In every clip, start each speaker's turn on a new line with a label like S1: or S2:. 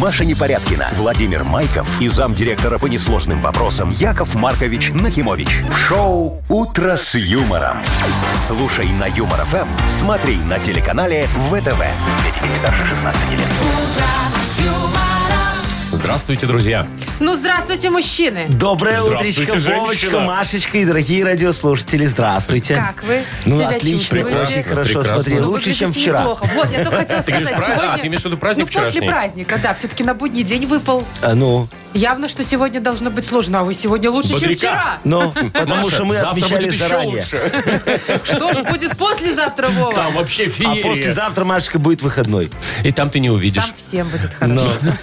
S1: Маша Непорядкина, Владимир Майков и замдиректора по несложным вопросам Яков Маркович Нахимович. В шоу «Утро с юмором». Слушай на Юмор ФМ, смотри на телеканале ВТВ. Для детей старше 16 лет.
S2: Здравствуйте, друзья.
S3: Ну, здравствуйте, мужчины.
S4: Доброе
S2: Здравствуйте,
S4: утречко, Вовочка,
S2: женщина.
S4: Машечка и дорогие радиослушатели. Здравствуйте.
S3: Как вы
S4: Ну,
S3: себя
S4: отлично,
S3: чувствуете?
S4: очень
S2: Прекрасно,
S4: хорошо,
S2: прекрасно.
S4: смотри,
S3: Ну,
S4: лучше, чем
S3: выглядите
S4: вчера.
S3: неплохо. Вот, я только хотела
S2: Ты говоришь,
S3: сказать,
S2: праздник?
S3: сегодня...
S2: А, ты имеешь в виду праздник
S3: Ну, после
S2: вчерашний?
S3: праздника, да, все-таки на будний день выпал.
S4: А, ну,
S3: Явно, что сегодня должно быть сложно, а вы сегодня лучше,
S2: Бодряка.
S3: чем
S4: ну, потому
S2: Маша,
S4: что мы
S2: завтра
S4: отвечали
S2: будет еще
S4: заранее.
S2: лучше.
S3: вчера. Что же будет послезавтра, Вова?
S2: Там вообще
S4: А
S2: феерия.
S4: послезавтра, Машечка, будет выходной.
S2: И там ты не увидишь.
S3: Там всем будет хорошо.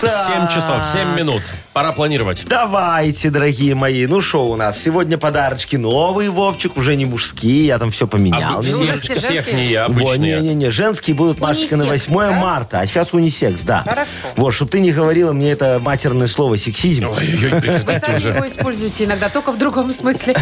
S2: 7 часов, 7 минут. Пора планировать.
S4: Давайте, дорогие мои. Ну что у нас? Сегодня подарочки новые, Вовчик, уже не мужские. Я там все поменял.
S3: Обычные.
S2: Обычных,
S3: уже все
S2: всех
S3: женские?
S2: не я,
S4: Во,
S2: обычные.
S4: не-не-не, женские будут, Машечка, на
S3: Унисекс,
S4: 8 марта, а сейчас унисекс, да.
S3: Хорошо.
S4: Вот, чтобы ты не говорила мне это матерное слово сексизм.
S2: Ой-ой-ой,
S3: Вы
S2: прекратите
S3: сами
S2: уже.
S3: его используете иногда, только в другом смысле.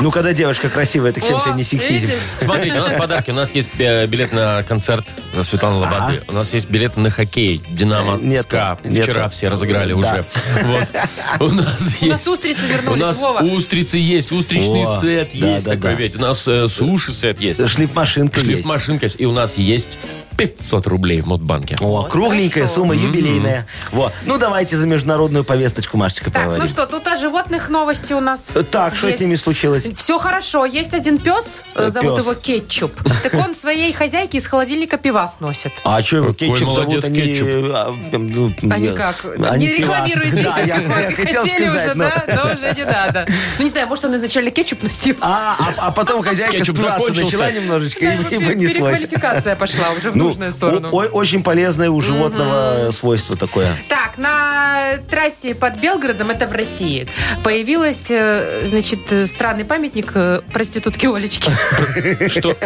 S4: Ну, когда девушка красивая, так чем
S3: О,
S4: тебе не сексизм?
S3: видите?
S2: Смотрите, у нас подарки. У нас есть э, билет на концерт э, Светланы
S4: А?
S2: Лободы. У нас есть билеты на хоккей. Динамо,
S4: Нет,
S2: СКА.
S4: нет.
S2: Вчера все разыграли
S4: Да.
S2: уже. Вот. У нас есть...
S3: У нас устрицы вернулись,
S2: У нас
S3: Вова.
S2: устрицы есть, устричный
S4: О,
S2: сет
S4: да,
S2: есть
S4: да,
S2: такой,
S4: да.
S2: ведь. У нас э, суши-сет есть.
S4: Шлифмашинка есть.
S2: Шлифмашинка есть. И у нас есть 500 рублей в Модбанке.
S4: О, кругленькая сумма, юбилейная. Вот. Ну, давайте за международную повесточку, Машечка,
S3: Так,
S4: поговорим.
S3: ну что, тут о животных новости у нас.
S4: Так, что с
S3: Есть.
S4: ними случилось?
S3: Все хорошо. Есть один пес, э,
S4: Э,
S3: зовут
S4: пес.
S3: его Кетчуп. Так он своей хозяйке из холодильника пива сносит.
S4: А что его
S2: Какой
S4: кетчуп зовут?
S2: молодец
S4: Они,
S2: кетчуп.
S4: э, а, эм, ну,
S3: Они
S4: э,
S3: как?
S4: они
S3: не
S4: пивас.
S3: рекламируйте.
S4: Да, я, я хотел
S3: Хотели
S4: сказать,
S3: уже,
S4: но...
S3: да, но уже не надо. Ну, не знаю, может, он изначально кетчуп носил.
S4: А, а- а потом хозяйка
S2: Кетчуп
S4: спиваться
S2: закончился.
S4: начала немножечко
S3: Да,
S4: и-
S3: вот
S4: и
S3: пере-
S4: понеслось.
S3: Переквалификация пошла уже в
S4: Ну,
S3: нужную сторону.
S4: о- о- очень полезное у животного свойство такое.
S3: Так, на трассе под Белгородом, это в России, появилась, э, значит, э, странный памятник э, проститутке Олечки.
S2: Что?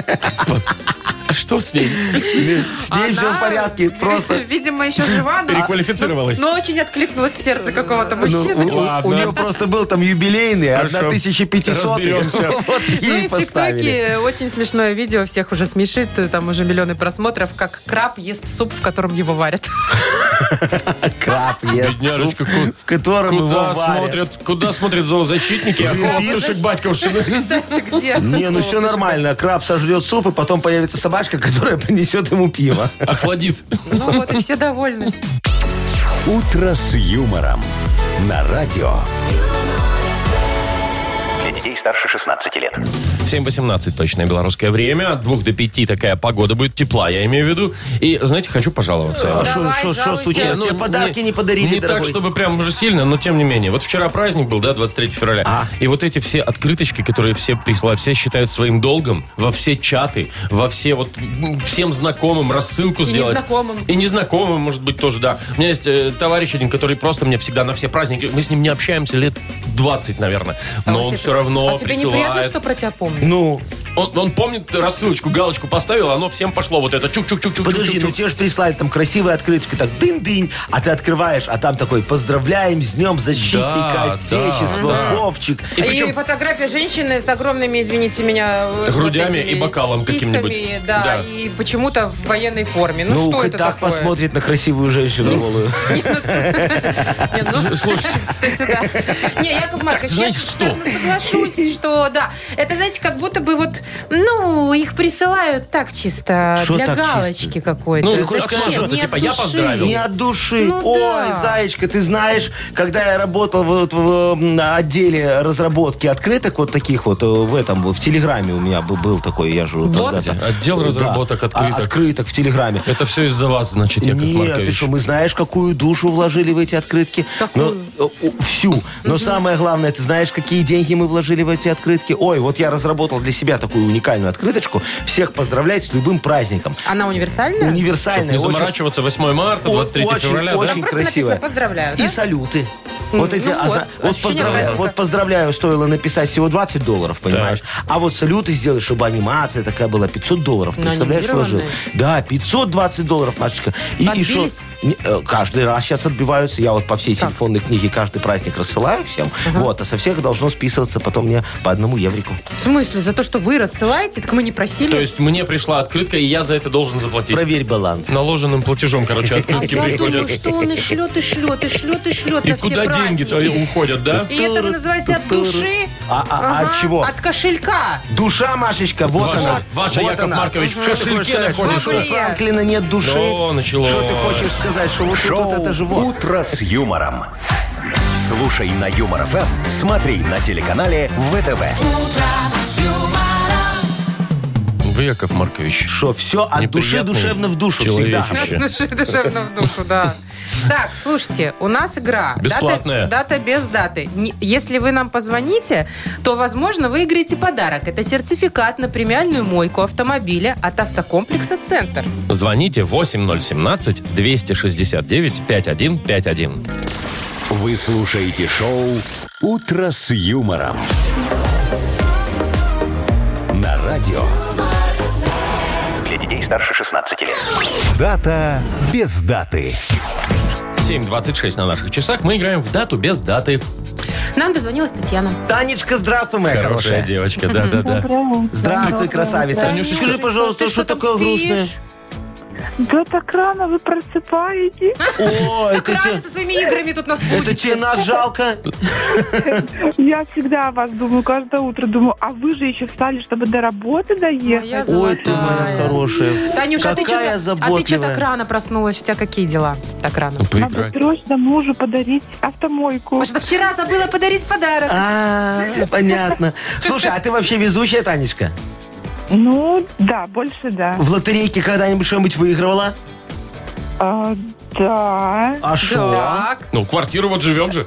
S2: Что с ней?
S4: С ней все в
S3: Она,
S4: порядке, просто...
S3: Видимо, еще жива, но...
S2: Переквалифицировалась.
S3: Но очень откликнулась в сердце какого-то
S4: ну,
S3: мужчины.
S4: у, у- у
S2: Ладно.
S4: нее просто был там юбилейный, а
S2: Хорошо.
S4: 1500
S2: Разберемся.
S4: Вот
S3: Ну
S4: ей
S3: и в
S4: поставили.
S3: ТикТоке очень смешное видео, всех уже смешит, там уже миллионы просмотров, как краб ест суп, в котором его варят.
S4: Краб ест суп,
S2: Бедняжечка, ку-
S4: в котором его
S2: Куда
S4: варят.
S2: смотрят, куда смотрят зоозащитники, а кого
S4: Гребешь?
S2: тушек батьковщины?
S3: Кстати, где?
S4: Не, ну все нормально. Краб сожрет суп, и потом появится собачка, которая принесет ему пиво.
S2: Охладит.
S3: Ну вот, и все довольны.
S1: «Утро с юмором» на радио. Для детей старше 16 лет.
S2: 7.18 точное белорусское время. От 2 до 5 такая погода будет. Тепла, я имею в виду. И, знаете, хочу пожаловаться.
S3: Давай, жалуйся.
S4: случилось?
S2: Ну,
S4: Тебе подарки не подарили,
S2: Не так,
S4: дорогой?
S2: чтобы прям уже сильно, но тем не менее. Вот вчера праздник был, да, 23 февраля.
S4: А.
S2: И вот эти все открыточки, которые все прислали, все считают своим долгом во все чаты, во все вот м, всем знакомым рассылку сделать.
S3: незнакомым.
S2: И незнакомым, может быть, тоже, да. У меня есть э, товарищ один, который просто мне всегда на все праздники... Мы с ним не общаемся лет 20, наверное.
S3: А
S2: Но
S3: у
S2: он
S3: тебя-
S2: все равно
S3: А тебе неприятно,
S2: присылает.
S3: что про тебя помнят?
S4: Ну,
S2: Он, он помнит рассылочку, галочку поставил, а оно всем пошло вот это чук-чук-чук-чук.
S4: подожди, ну тебе же прислали там красивая открыточка, так дынь-дынь, а ты открываешь, а там такой, поздравляем с Днем Защитника
S2: Да,
S4: Отечества,
S2: да, да.
S4: Вовчик. Ну,
S2: И причем-
S3: фотография женщины с огромными, извините меня, э,
S2: Грудями
S3: этими
S2: и бокалом
S3: сиськами,
S2: каким-нибудь.
S3: Да,
S2: Да.
S3: и почему-то в военной форме. Ну,
S4: Ну,
S3: что
S4: хоть
S3: это
S4: так
S3: такое?
S4: посмотрит на красивую женщину голую.
S3: Не, ну, не, ну,
S2: Слушайте.
S3: Кстати, да. Не, Яков Маркович, я
S2: знаете
S3: тут,
S2: что?
S3: наверное, соглашусь, что да. Это, знаете, как будто бы вот, ну, их присылают так чисто,
S4: Что
S3: для
S4: так
S3: галочки какой-то.
S2: Ну, такое
S3: Зачем?
S2: отмазаться,
S3: Не
S2: типа,
S3: от
S2: я
S3: души.
S2: поздравил.
S4: Не от души.
S3: Ну
S4: Ой,
S3: да.
S4: зайчка, ты знаешь, когда я работал вот в, м, отделе разработки открыток, вот таких вот э, в этом, в Телеграме у меня был, был такой, я же когда-то-
S2: Отдел
S4: Да.
S2: разработок
S4: А,
S2: открыток.
S4: открыток в Телеграме.
S2: Это все из-за вас, значит, Яков
S4: Нет,
S2: Маркович.
S4: ты что, мы знаешь, какую душу вложили в эти открытки?
S3: Какую?
S4: Но, э, у- всю. Но самое главное, ты знаешь, какие деньги мы вложили в эти открытки? Ой, вот я разработал для себя такую уникальную открыточку. Всех поздравляет с любым праздником.
S3: Она универсальная?
S4: Универсальная.
S2: Не
S4: очень-
S2: заморачиваться 8 марта,
S4: о-
S2: 23
S4: очень,
S2: февраля, да?
S4: очень
S3: Просто
S4: красивая.
S3: написано «поздравляю», да?
S4: И салюты. Вот
S3: ну
S4: эти, а
S3: вот,
S4: зна- вот,
S3: ощущение
S4: поздравляю,
S3: праздника.
S4: вот поздравляю, стоило написать всего 20 долларов, понимаешь? А вот салюты сделали, чтобы анимация такая была, 500 долларов,
S3: Но
S4: представляешь, вложил?
S3: Ну, анимированные.
S4: Да, 520 долларов, Машечка. И, и шо-
S3: Отбились?
S4: Не, э, Каждый раз сейчас отбиваются. Я вот по всей телефонной книге каждый праздник рассылаю всем. Вот, а со всех должно списываться потом мне по одному еврику.
S3: В смысле? За то, что вы рассылаете, так мы не просили?
S2: То есть мне пришла открытка, и я за это должен заплатить.
S4: Проверь баланс.
S2: Наложенным платежом, короче,
S3: а
S2: открытки
S3: я думаю,
S2: приходят.
S3: что он и шлет, и шлет, и шлет, и шлет
S2: И
S3: на все
S2: куда деньги-то
S3: праздники.
S2: уходят, да?
S3: И это вы называете от души?
S4: А- а- а от чего?
S3: От кошелька.
S4: Душа, Машечка, вот
S2: ваша,
S4: она.
S2: ваша,
S4: вот
S2: Яков
S4: она.
S2: Маркович, в
S4: Что ты хочешь
S2: кошельке
S4: сказать, что
S2: находится.
S4: у Франклина нет души.
S2: Ну, началось.
S4: Что ты хочешь сказать, что вот тут
S1: Шоу
S4: вот это же вот.
S1: «Утро с юмором». Слушай на Юмор ФМ, смотри на телеканале ВТВ.
S2: Вы, Яков Маркович,
S4: Что, все от души
S2: неприятный
S4: душевно в душу всегда.
S2: человечище.
S3: От души душевно в душу, да. Так, слушайте, у нас игра. Дата-
S2: Бесплатная.
S3: Дата, без даты. Не- Если вы нам позвоните, то, возможно, выиграете подарок. Это сертификат на премиальную мойку автомобиля от автокомплекса «Центр».
S2: Звоните 8017-269-5151.
S1: Вы слушаете шоу «Утро с юмором». На радио. Для детей старше 16 лет. Дата без даты.
S2: 7.26 на наших часах. Мы играем в дату без даты.
S3: Нам дозвонилась Татьяна.
S4: Танечка, здравствуй, моя
S2: Хорошая
S4: хорошая.
S2: девочка, да-да-да.
S4: Здравствуй, красавица.
S2: Танюшечка.
S4: Скажи, пожалуйста,
S3: Ты
S4: что
S3: там
S4: такое
S3: спишь?
S4: грустное?
S5: Да так рано вы просыпаетесь.
S4: А? О,
S3: Так
S4: это
S3: рано
S4: тебе...
S3: со своими играми тут нас
S4: Это
S3: будет.
S4: тебе нас жалко?
S5: Я всегда о вас думаю, каждое утро думаю, а вы же еще встали, чтобы до работы доехать.
S3: Моя
S4: Ой, ты моя
S3: золотая.
S4: хорошая.
S3: Танюша, а ты чё так-
S4: Какая
S3: а ты что
S4: заботливая.
S3: так рано проснулась? У тебя какие дела так
S4: Ну,
S3: рано?
S5: Надо
S2: Поиграть.
S5: срочно мужу подарить автомойку.
S3: Потому что вчера забыла подарить подарок.
S4: А, понятно. Слушай, а ты вообще везучая, Танечка?
S5: Ну, да, больше да.
S4: В лотерейке когда-нибудь что-нибудь выигрывала?
S5: А, да.
S4: А что?
S3: Так.
S2: Ну, квартиру вот живем же.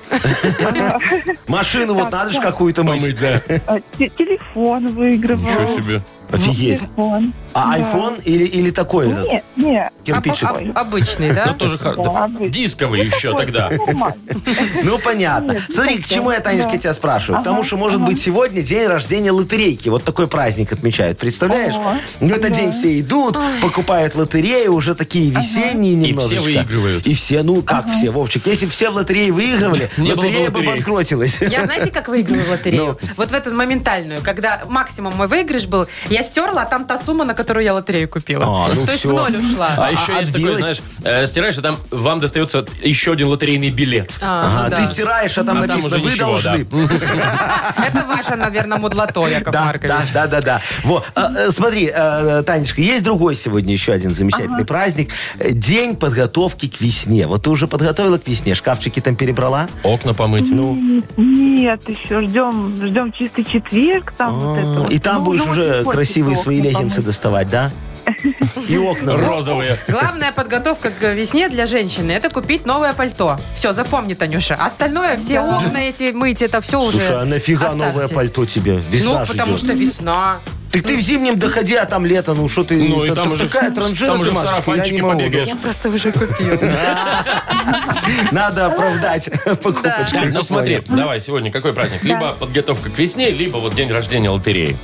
S4: Машину вот надо же какую-то мыть.
S2: Помыть, да.
S5: А, те- телефон выигрывал.
S2: Ничего себе.
S4: Офигеть.
S5: Телефон.
S4: А
S5: Ну, Да.
S4: iPhone или, или такой этот,
S5: Нет, а нет.
S4: кирпичик?
S3: Об- об- а Обычный,
S2: Ну,
S3: да?
S2: тоже хор- да,
S5: обычно.
S2: Дисковый еще тогда.
S5: Нормально.
S4: Ну, понятно.
S5: Нет,
S4: Смотри, к
S5: так,
S4: чему я, Танечка,
S5: да.
S4: тебя спрашиваю. Потому
S5: Ага,
S4: что, может
S5: ага.
S4: быть, сегодня день рождения лотерейки. Вот такой праздник отмечают. Представляешь?
S5: О,
S4: В этот день все идут, покупают лотерею, уже такие весенние немножечко.
S2: все выигрывают.
S4: И все, ну как все, Вовчик? Если бы все в лотереи выигрывали,
S2: Не было бы
S4: лотерея бы
S2: лотерей.
S4: банкротилась.
S3: Я знаете, как выигрываю
S4: Ну.
S3: в лотерею? Вот в эту моментальную, когда максимум мой выигрыш был, я стерла, а там та сумма, на которую я лотерею купила.
S4: А, ну
S3: То есть в
S4: всё.
S3: ноль ушла.
S2: А еще есть такой,
S4: отбилась?
S2: знаешь, э, стираешь, а там вам достается еще один лотерейный билет.
S3: А,
S4: Ага,
S3: да.
S4: ты стираешь, а там
S2: А там
S4: написано,
S2: уже
S4: вы
S2: ничего, да.
S4: должны.
S3: Это ваша, наверное, мудлото, Яков
S4: Да,
S3: Маркович.
S4: Да, да, да, да. Во, э, э, смотри, э, Танечка, есть другой сегодня еще один замечательный праздник. Э, День подготовки к весне. Вот ты уже подготовила к весне, шкафчики там перебрала?
S2: Окна помыть.
S4: Ну,
S5: Нет, еще ждем, ждем чистый четверг, там вот это. вот.
S4: А, И там
S5: Ну,
S4: будешь
S5: ну,
S4: уже
S5: очень хочется
S4: красивые
S5: окна
S4: свои леггинсы
S5: помыть.
S4: доставать, да? И окна. мыть.
S2: Розовые.
S3: Главная подготовка к весне для женщины – это купить новое пальто. Все, запомни, Танюша. Остальное, все окна эти мыть, это все уже
S4: Слушай, а нафига
S3: оставьте.
S4: новое пальто тебе? Весна
S3: Ну,
S4: же
S3: потому
S4: идет.
S3: что весна.
S4: Так ты в зимнем доходи, а там лето, ну что ты...
S2: Ну, и
S4: та-
S2: там
S4: та-
S2: уже в-
S4: такая транжира
S2: там
S4: ты,
S2: уже в
S4: Машечка, я
S2: сарафанчике
S4: не могу,
S2: побегаешь.
S3: Я просто уже купила.
S4: да. Надо оправдать покупочку.
S2: Так, ну смотри, давай, сегодня какой праздник? Либо подготовка к весне, либо вот день рождения лотереи.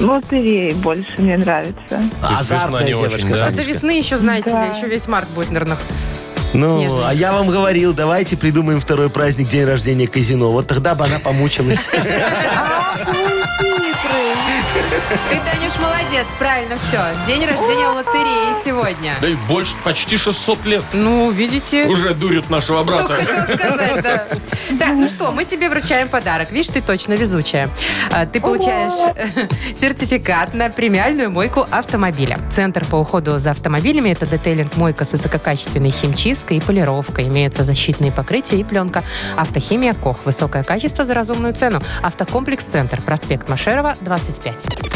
S5: Лотереи больше мне нравится.
S2: есть весна
S4: Азартная
S2: не очень,
S4: девочка.
S2: да?
S3: До
S4: Танечка.
S3: весны еще, знаете
S5: Да.
S3: ли, еще весь март будет, наверное.
S4: Ну,
S3: Снежный.
S4: а я вам говорил, давайте придумаем второй праздник День рождения казино. Вот тогда бы она помучилась.
S3: Ты, Танюш, молодец, правильно все. День рождения лотереи сегодня.
S2: Да и больше, почти 600 лет
S3: Ну, видите,
S2: уже дурят нашего
S3: Только
S2: брата.
S3: хотела сказать, да. Так, ну что, мы тебе вручаем подарок. Видишь, ты точно везучая. А, Ты получаешь сертификат на премиальную мойку автомобиля. Центр по уходу за автомобилями – это детейлинг-мойка с высококачественной химчисткой и полировкой. Имеются защитные покрытия и пленка. Автохимия «Кох». Высокое качество за разумную цену. Автокомплекс «Центр». Проспект Машерова, 25.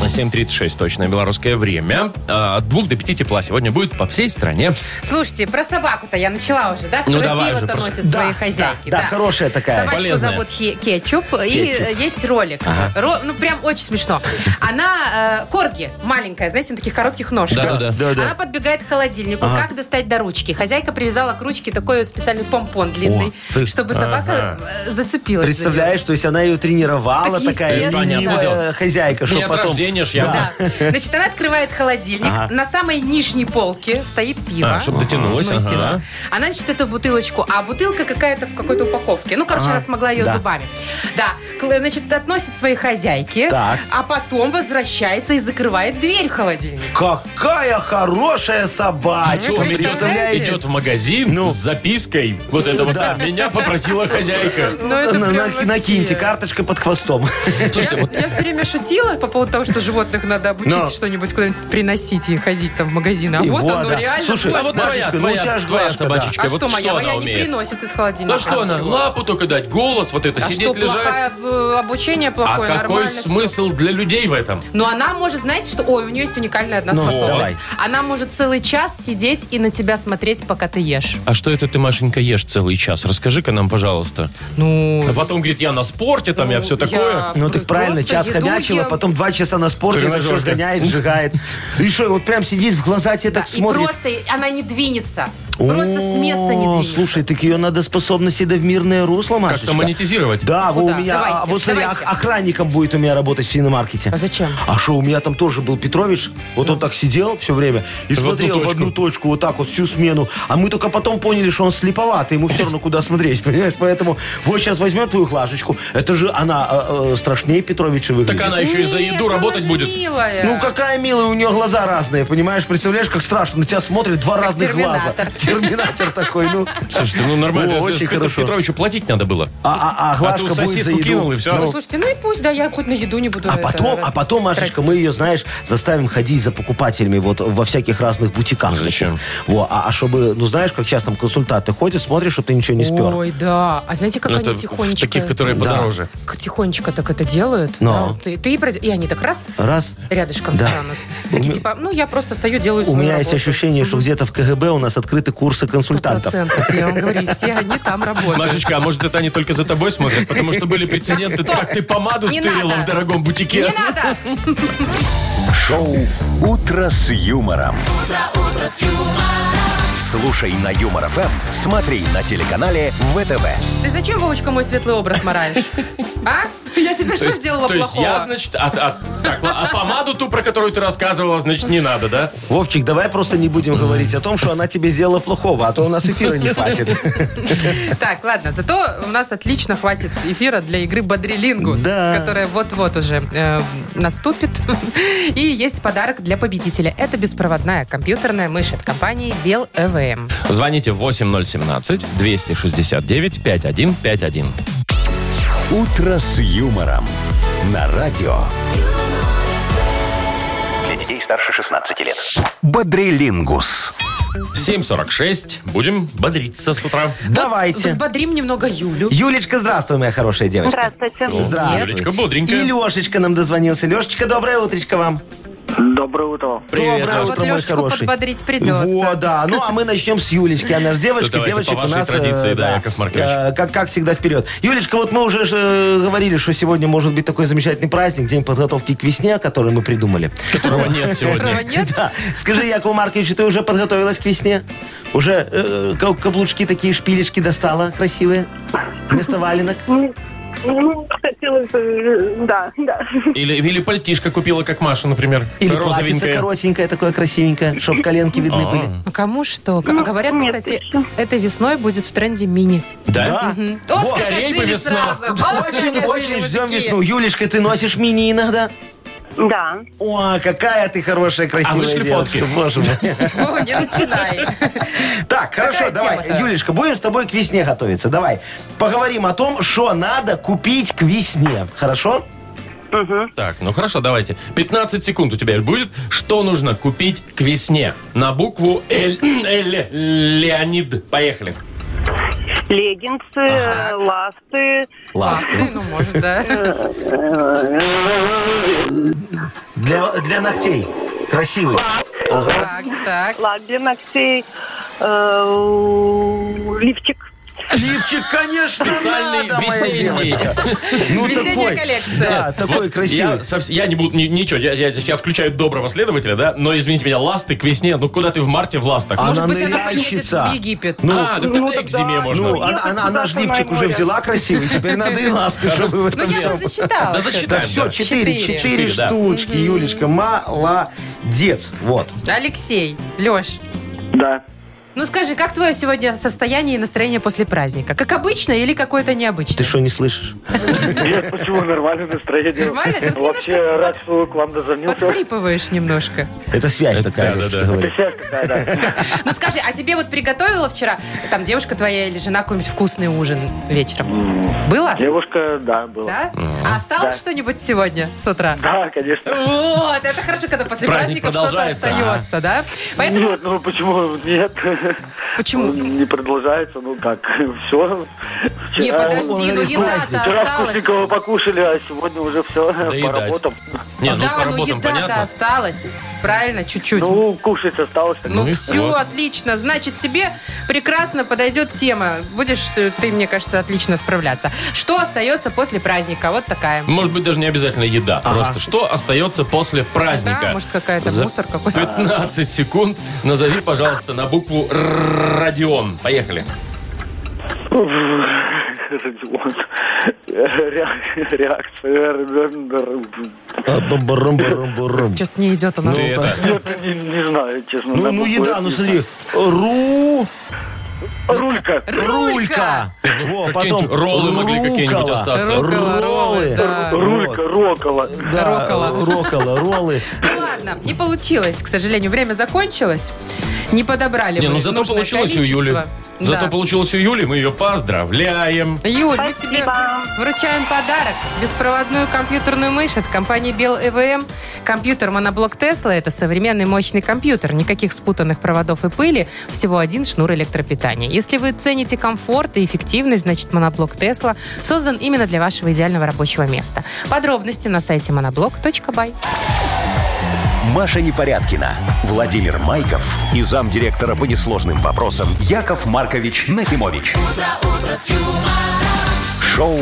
S2: Точно, 7.36, точное белорусское время. А, От 2 до 5 тепла сегодня будет по всей стране.
S3: Слушайте, про собаку-то я начала уже, да?
S4: Ну,
S3: Которая
S2: давай
S3: пиво-то
S2: же, просто-
S3: носит своей
S4: да,
S3: хозяйки.
S4: да, хорошая такая.
S3: Собачку
S2: Полезная.
S3: зовут Хе- Кетчуп. И
S4: Кетчуп.
S3: э, есть ролик. Ро- ну, прям очень смешно. Она э, корги, маленькая, знаете, на таких коротких ножках.
S2: Да-да-да.
S4: Да-да.
S3: Она подбегает к холодильнику. Как достать до ручки? Хозяйка привязала к ручке такой специальный помпон длинный,
S4: ты-
S3: чтобы собака э, зацепилась. за
S4: Представляешь, то есть она ее тренировала,
S3: Так
S4: такая
S3: естественно.
S2: Понятно.
S4: ленивая хозяйка,
S2: Не
S4: что
S2: от
S4: потом...
S2: рождения ж я.
S3: него. Да. Значит, она открывает холодильник.
S4: Ага.
S3: На самой нижней полке стоит пиво.
S2: А, чтоб дотянулось,
S3: Ну, естественно.
S2: ага.
S3: Она, значит, эту бутылочку, а бутылка какая-то в какой-то упаковке. Ну, короче, она смогла ее
S4: да.
S3: зубами. Да. Кл- Значит, относит своей хозяйке,
S4: Так.
S3: а потом возвращается и закрывает дверь в холодильник.
S4: Какая хорошая собачка,
S2: Идет,
S4: представляете?
S2: идет в магазин
S4: Ну.
S2: с запиской. Вот это вот там меня попросила хозяйка.
S3: Ну, это
S4: На-
S3: прям
S4: на-
S3: вообще.
S4: Накиньте карточка под хвостом.
S2: Слушайте, вот
S3: Я, я все время шутила по поводу того, что животных надо обучить
S4: Но.
S3: что-нибудь куда-нибудь приносить и ходить там в магазин. А
S4: И
S3: вот,
S4: вот,
S3: оно
S4: да.
S3: реально.
S4: Слушай,
S3: можно.
S2: а вот
S4: Машечка,
S2: твоя,
S4: ну у
S2: твоя,
S4: тебя ж
S2: твоя
S4: глажка, да.
S2: собачечка,
S3: а
S2: вот
S3: что, моя, моя
S2: она
S3: не
S2: умеет?
S3: приносит из холодильника.
S2: Ну что она,
S3: ничего.
S2: лапу только дать, голос вот это,
S3: А что,
S2: сидеть, лежать.
S3: плохое э, обучение,
S2: А
S3: плохое,
S2: какой
S3: нормально. всё.
S2: смысл для людей в этом?
S3: Но она может, знаете, что... Ой, у нее есть уникальная одна
S4: Ну,
S3: способность.
S4: давай.
S3: Она может целый час сидеть и на тебя смотреть, пока ты ешь.
S2: А что это ты, Машенька, ешь целый час? Расскажи-ка нам, пожалуйста.
S3: Ну,
S2: А потом говорит, я на спорте, там я все такое.
S4: Ну так правильно,
S3: просто
S4: час
S3: еду
S4: хомячила,
S3: ем.
S4: потом два часа на спорте, это все
S2: Тренажерка.
S4: сгоняет, сжигает. И что, вот прям сидит, в глаза тебе так
S3: И
S4: смотрит.
S3: просто она не двинется. Просто с места не
S4: О,
S3: двинется.
S4: Слушай, так ее надо способности да в мирное русло, Машечка.
S2: Как-то монетизировать.
S4: Да, вы
S3: Куда?
S4: у меня,
S3: Давайте,
S4: а, вот смотри,
S3: давайте.
S4: ох- охранником будет у меня работать в синемаркете.
S3: А зачем? Ну.
S4: А что, у меня там тоже был Петрович, вот он так сидел все время и смотрел в
S2: точку.
S4: одну точку, вот так вот всю смену. А мы только потом поняли, что он слеповатый, ему все равно куда смотреть, понимаешь? Поэтому вот сейчас возьмет твою клашечку, это же она э, э, страшнее Петровича выглядит.
S2: Так она еще и за
S3: Нет,
S2: еду
S3: она
S2: работать
S3: же
S2: будет.
S3: милая.
S4: Ну какая милая, у нее глаза разные, понимаешь? Представляешь, как страшно, на тебя смотрят два разных глаза.
S3: терминатор.
S4: Терминатор такой, ну.
S2: Слушай, ну нормально.
S4: О, очень
S2: Петру
S4: хорошо.
S2: Петровичу платить надо было.
S4: А, а, а
S2: А
S4: Глашка
S2: тут
S4: будет за
S2: сосиску
S4: еду.
S2: кинул и
S3: Ну,
S2: все.
S3: слушайте, ну и пусть, да, я хоть на еду не буду.
S4: А
S3: это
S4: потом, а потом, Машечка,
S3: тратить.
S4: мы ее, знаешь, заставим ходить за покупателями вот во всяких разных бутиках.
S2: Зачем?
S4: Во, а, а чтобы, ну знаешь, как сейчас там консультанты ходят, смотришь, что ты ничего не спер.
S3: Ой, да. А знаете, как
S2: Ну, Это
S3: они
S2: в
S3: тихонечко...
S2: таких, которые подороже.
S3: к- Тихонечко так это делают.
S4: Но.
S3: Да, ты, ты и пройдё- и они так раз
S4: Ну. Раз.
S3: рядышком
S4: Да.
S3: станут. Такие, типа, ну, я просто стою, делаю
S4: У
S3: свою
S4: меня есть
S3: работу.
S4: ощущение, что где-то в КГБ у нас открыты курсы консультантов.
S3: 100%, Я вам говорю, и все они там работают.
S2: Машечка, а может это они только за тобой смотрят? Потому что были прецеденты,
S3: Так, стоп.
S2: как ты помаду
S3: Не
S2: стырила
S3: надо.
S2: в дорогом бутике.
S3: Не надо!
S1: Шоу «Утро с юмором». Слушай на Юмор ФМ, смотри на телеканале ВТВ.
S3: Ты зачем, Вовочка, мой светлый образ мараешь? А? Я тебе
S2: То
S3: что
S2: есть-
S3: сделала
S2: то есть я,
S3: плохого?
S2: значит, а, а- так, ла- а помаду ту, про которую ты рассказывала, значит, не надо, да?
S4: Вовчик, давай просто не будем говорить о том, что она тебе сделала плохого, а то у нас эфира не хватит.
S3: Так, ладно, зато у нас отлично хватит эфира для игры Бодрилингус,
S4: Да.
S3: которая вот-вот уже э, наступит. И есть подарок для победителя. Это беспроводная компьютерная мышь от компании Bell EVM.
S2: Звоните 8017-269-5151.
S1: «Утро с юмором» на радио. Для детей старше 16 лет. Бодрилингус.
S2: 7.46. Будем бодриться с утра.
S4: Давайте.
S3: Взбодрим немного Юлю.
S4: Юлечка, здравствуй, моя хорошая девочка.
S6: Здравствуйте.
S4: Здравствуй.
S2: Юлечка бодренькая.
S4: И Лешечка нам дозвонился. Лешечка, доброе утречко вам.
S7: Доброе утро.
S2: Привет,
S4: Доброе
S2: Лёш.
S4: утро,
S3: Вот
S4: мой
S3: Лешечку
S4: хороший.
S3: подбодрить придется.
S4: Во, да. Ну, а мы начнем с Юлечки. Она же девочка,
S2: давайте
S4: девочек
S2: по
S4: у
S2: вашей
S4: нас... э,
S2: традиции, да, Яков Маркович.
S4: э, как, как всегда, вперед. Юлечка, вот мы уже ж, э, говорили, что сегодня может быть такой замечательный праздник, день подготовки к весне, который мы придумали.
S2: Которого нет
S3: Которого
S2: сегодня.
S3: нет?
S4: Да. Скажи, Якову Марковичу, ты уже подготовилась к весне? Уже э, ка- каблучки такие, шпилечки достала красивые? Вместо валенок?
S6: Ну, Хотелось, э, да, да.
S2: Или, или пальтишко купила, как Маша, например.
S4: Или платьице коротенькое такое красивенькое, чтобы коленки видны
S2: А,
S4: были?
S3: Ну, Кому что? А говорят,
S6: нет,
S3: кстати,
S6: еще.
S3: этой весной будет в тренде мини.
S2: Да?
S3: Мгм.
S4: Во.
S3: О, как
S2: Скорей бы
S3: ожили
S2: весна.
S3: сразу. О, как ожили
S4: Очень-очень
S3: мужики.
S4: ждем весну. Юлечка, ты носишь мини иногда?
S6: Да.
S4: О, какая ты хорошая, красивая
S2: А вышли
S4: девушка,
S2: фотки?
S4: Боже мой.
S3: Во, не начинай.
S4: Так, хорошо,
S3: Какая
S4: давай,
S3: тема-то?
S4: Юлечка, будем с тобой к весне готовиться. Давай, поговорим о том, что надо купить к весне. Хорошо?
S2: Так, ну хорошо, давайте. 15 секунд у тебя будет. Что нужно купить к весне? На букву Л. Л- Леонид. Поехали.
S6: леггинсы, э, ласты.
S3: Ласты,
S4: Ласты.
S3: ну, может, да.
S4: Для, для ногтей. Красивый. Ага.
S3: Так, так.
S6: Лак для ногтей, э, лифчик.
S4: Лифчик, конечно,
S2: Специальный
S4: надо, моя
S2: весенний.
S4: девочка. Ну,
S3: Весенняя
S4: такой,
S3: коллекция.
S4: Да, такой
S2: Я,
S4: красивый.
S2: совс- я не буду ни- ничего, я, я- я включаю доброго следователя, да, но извините меня, ласты к весне, ну куда ты в марте в ластах?
S4: А,
S3: Может быть, она поедет
S4: ныряльщица.
S3: в Египет.
S4: Ну,
S2: а, так
S6: ну,
S2: тогда
S6: тогда-
S2: и к зиме можно.
S4: Ну, она,
S6: Ехать
S4: она, она
S6: туда,
S4: ж
S6: самое
S4: лифчик уже
S6: море.
S4: взяла красивый, теперь надо и ласты, чтобы в
S3: Ну,
S4: этом
S3: я
S4: всем.
S3: уже засчитала.
S2: Да
S3: всё.
S2: засчитала.
S4: Да все,
S2: Да.
S4: четыре,
S3: Четыре.
S4: четыре
S2: Четыре, да.
S4: штучки, Юлечка, молодец. Вот.
S3: Алексей, Леш,
S7: Да.
S3: ну скажи, как твое сегодня состояние и настроение после праздника? Как обычно или какое-то необычное?
S4: Ты что, не слышишь?
S7: Нет, почему нормальное настроение?
S3: Нормально? Ты
S7: Вообще рад, что к вам дозвонился.
S3: Подхрипываешь немножко.
S4: Это связь такая,
S2: да,
S4: Лешечка
S2: да.
S4: говорит.
S7: Сейчас такая, да.
S3: Ну скажи, а тебе вот приготовила вчера там девушка твоя или жена какой-нибудь вкусный ужин вечером? Было?
S7: Девушка, да, была.
S3: Да? А осталось
S7: Да.
S3: что-нибудь сегодня с утра?
S7: Да, конечно.
S3: Вот, это хорошо, когда после
S2: Праздник
S3: праздника что-то
S2: продолжается,
S3: остается, да? Поэтому
S7: Нет, ну почему нет?
S3: почему?
S7: Не продолжается, ну как, все.
S3: Не, подожди, ну
S4: говорит,
S3: еда-то
S7: Вчера
S3: осталась.
S7: вкусненького покушали, а сегодня уже все по
S2: Доедать.
S7: работам.
S2: Не, ну, по
S3: Да, ну
S2: работам
S3: еда-то
S2: понятно.
S3: осталась. Правильно, чуть-чуть.
S7: Ну, кушать осталось. так.
S2: Ну
S3: Ну,
S2: и
S3: все,
S2: вот.
S3: отлично. Значит, тебе прекрасно подойдет тема. Будешь э, ты, мне кажется, отлично справляться. Что остается после праздника? Вот такая.
S2: Может быть, даже не обязательно еда. Просто что остается после праздника?
S3: Да, может, какая-то
S2: За
S3: мусор какой-то.
S2: 15 секунд назови, пожалуйста, на букву Р Родион. Поехали.
S7: Родион. Реак- Реакция.
S4: А, бам-барам-барам-барам.
S3: Что-то не идет у нас.
S2: Ты это,
S7: Нет, не- Не знаю, честно.
S4: Ну,
S7: на
S4: ну
S7: букву
S4: еда,
S7: «Р»
S4: ну
S7: не
S4: смотри. Ру...
S7: знаю. Рулька.
S4: Рулька. Во,
S2: какие-нибудь роллы могли какие-нибудь
S4: рукола.
S2: остаться.
S3: Рукола, роллы,
S4: Роллы.
S3: да.
S7: Рулька, рокола.
S4: Да,
S3: Рокола.
S4: рокола, роллы.
S3: Ну ладно, не получилось, к сожалению. Время закончилось. Не подобрали
S2: Не,
S3: мы
S2: ну зато
S3: нужное
S2: получилось
S3: количество.
S2: у Юли. Зато
S3: Да.
S2: получилось у Юли, мы ее поздравляем.
S3: Юль, мы тебе вручаем подарок. Беспроводную компьютерную мышь от компании Bell EVM. Компьютер моноблок Тесла – это современный мощный компьютер. Никаких спутанных проводов и пыли, всего один шнур электропитания. Если вы цените комфорт и эффективность, значит моноблок Тесла создан именно для вашего идеального рабочего места. Подробности на сайте monoblock.by.
S1: Маша Непорядкина, Владимир Майков и замдиректора по несложным вопросам Яков Маркович Нахимович. Шоу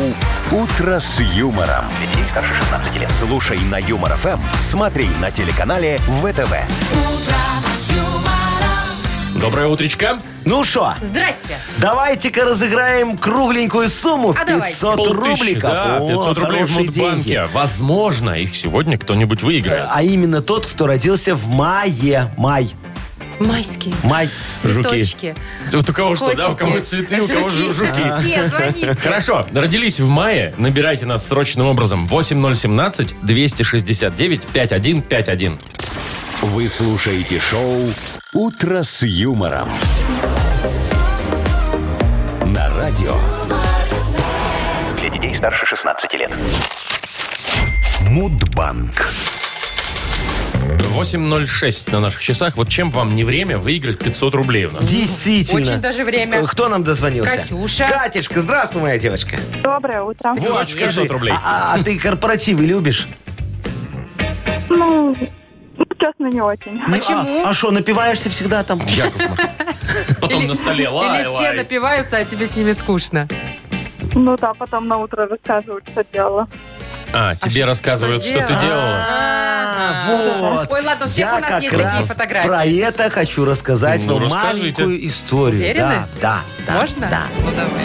S1: Утро с юмором. Для детей старше 16 лет. Слушай на юмор ФМ, смотри на телеканале ВТВ.
S2: Доброе утречко.
S4: Ну что,
S3: Здрасте!
S4: давайте-ка разыграем кругленькую сумму.
S3: А давайте.
S4: 500
S2: Полтыщи,
S4: рубликов.
S2: да,
S4: О,
S2: 500 рублей в
S4: хорошие
S2: Мудбанке.
S4: деньги.
S2: Возможно, их сегодня кто-нибудь выиграет.
S4: А именно тот, кто родился в мае. Май.
S3: Майские
S4: Май.
S3: цветочки.
S2: Вот у кого что, да? У
S3: котики,
S2: кого цветы, у кого жу- жуки.
S3: Все, звоните.
S2: Хорошо, родились в мае, набирайте нас срочным образом 8017-269-5151.
S1: Вы слушаете шоу Утро с юмором. На радио. Для детей старше 16 лет. Мудбанк.
S2: 8.06 на наших часах. Вот чем вам не время выиграть 500 рублей у нас?
S4: Действительно.
S3: Очень даже время.
S4: Э, Кто нам дозвонился?
S3: Катюша.
S4: Катюшка, здравствуй, моя девочка.
S5: Доброе утро.
S2: Вот 500 рублей.
S4: А, а- а ты корпоративы любишь?
S5: Ну, ну, честно, не очень.
S3: Почему?
S4: Ну, А что, напиваешься всегда там?
S2: Яков Маркович. Потом
S3: Или-
S2: на столе лай,
S3: Или все
S2: лай.
S3: напиваются, а тебе с ними скучно.
S5: Ну да, потом на утро рассказывают, что делала.
S2: А, тебе
S3: что-
S2: рассказывают,
S3: что
S2: что ты
S3: делала?
S2: делала.
S4: А, вот.
S3: А, Ой, ладно, у всех
S4: Я
S3: у нас
S4: как
S3: есть такие
S4: раз
S3: фотографии.
S4: Про это хочу рассказать
S2: Ну,
S4: вам
S2: расскажите.
S4: маленькую историю.
S3: Уверены?
S4: Да, да, да.
S3: Можно?
S4: Да.
S3: Ну давай.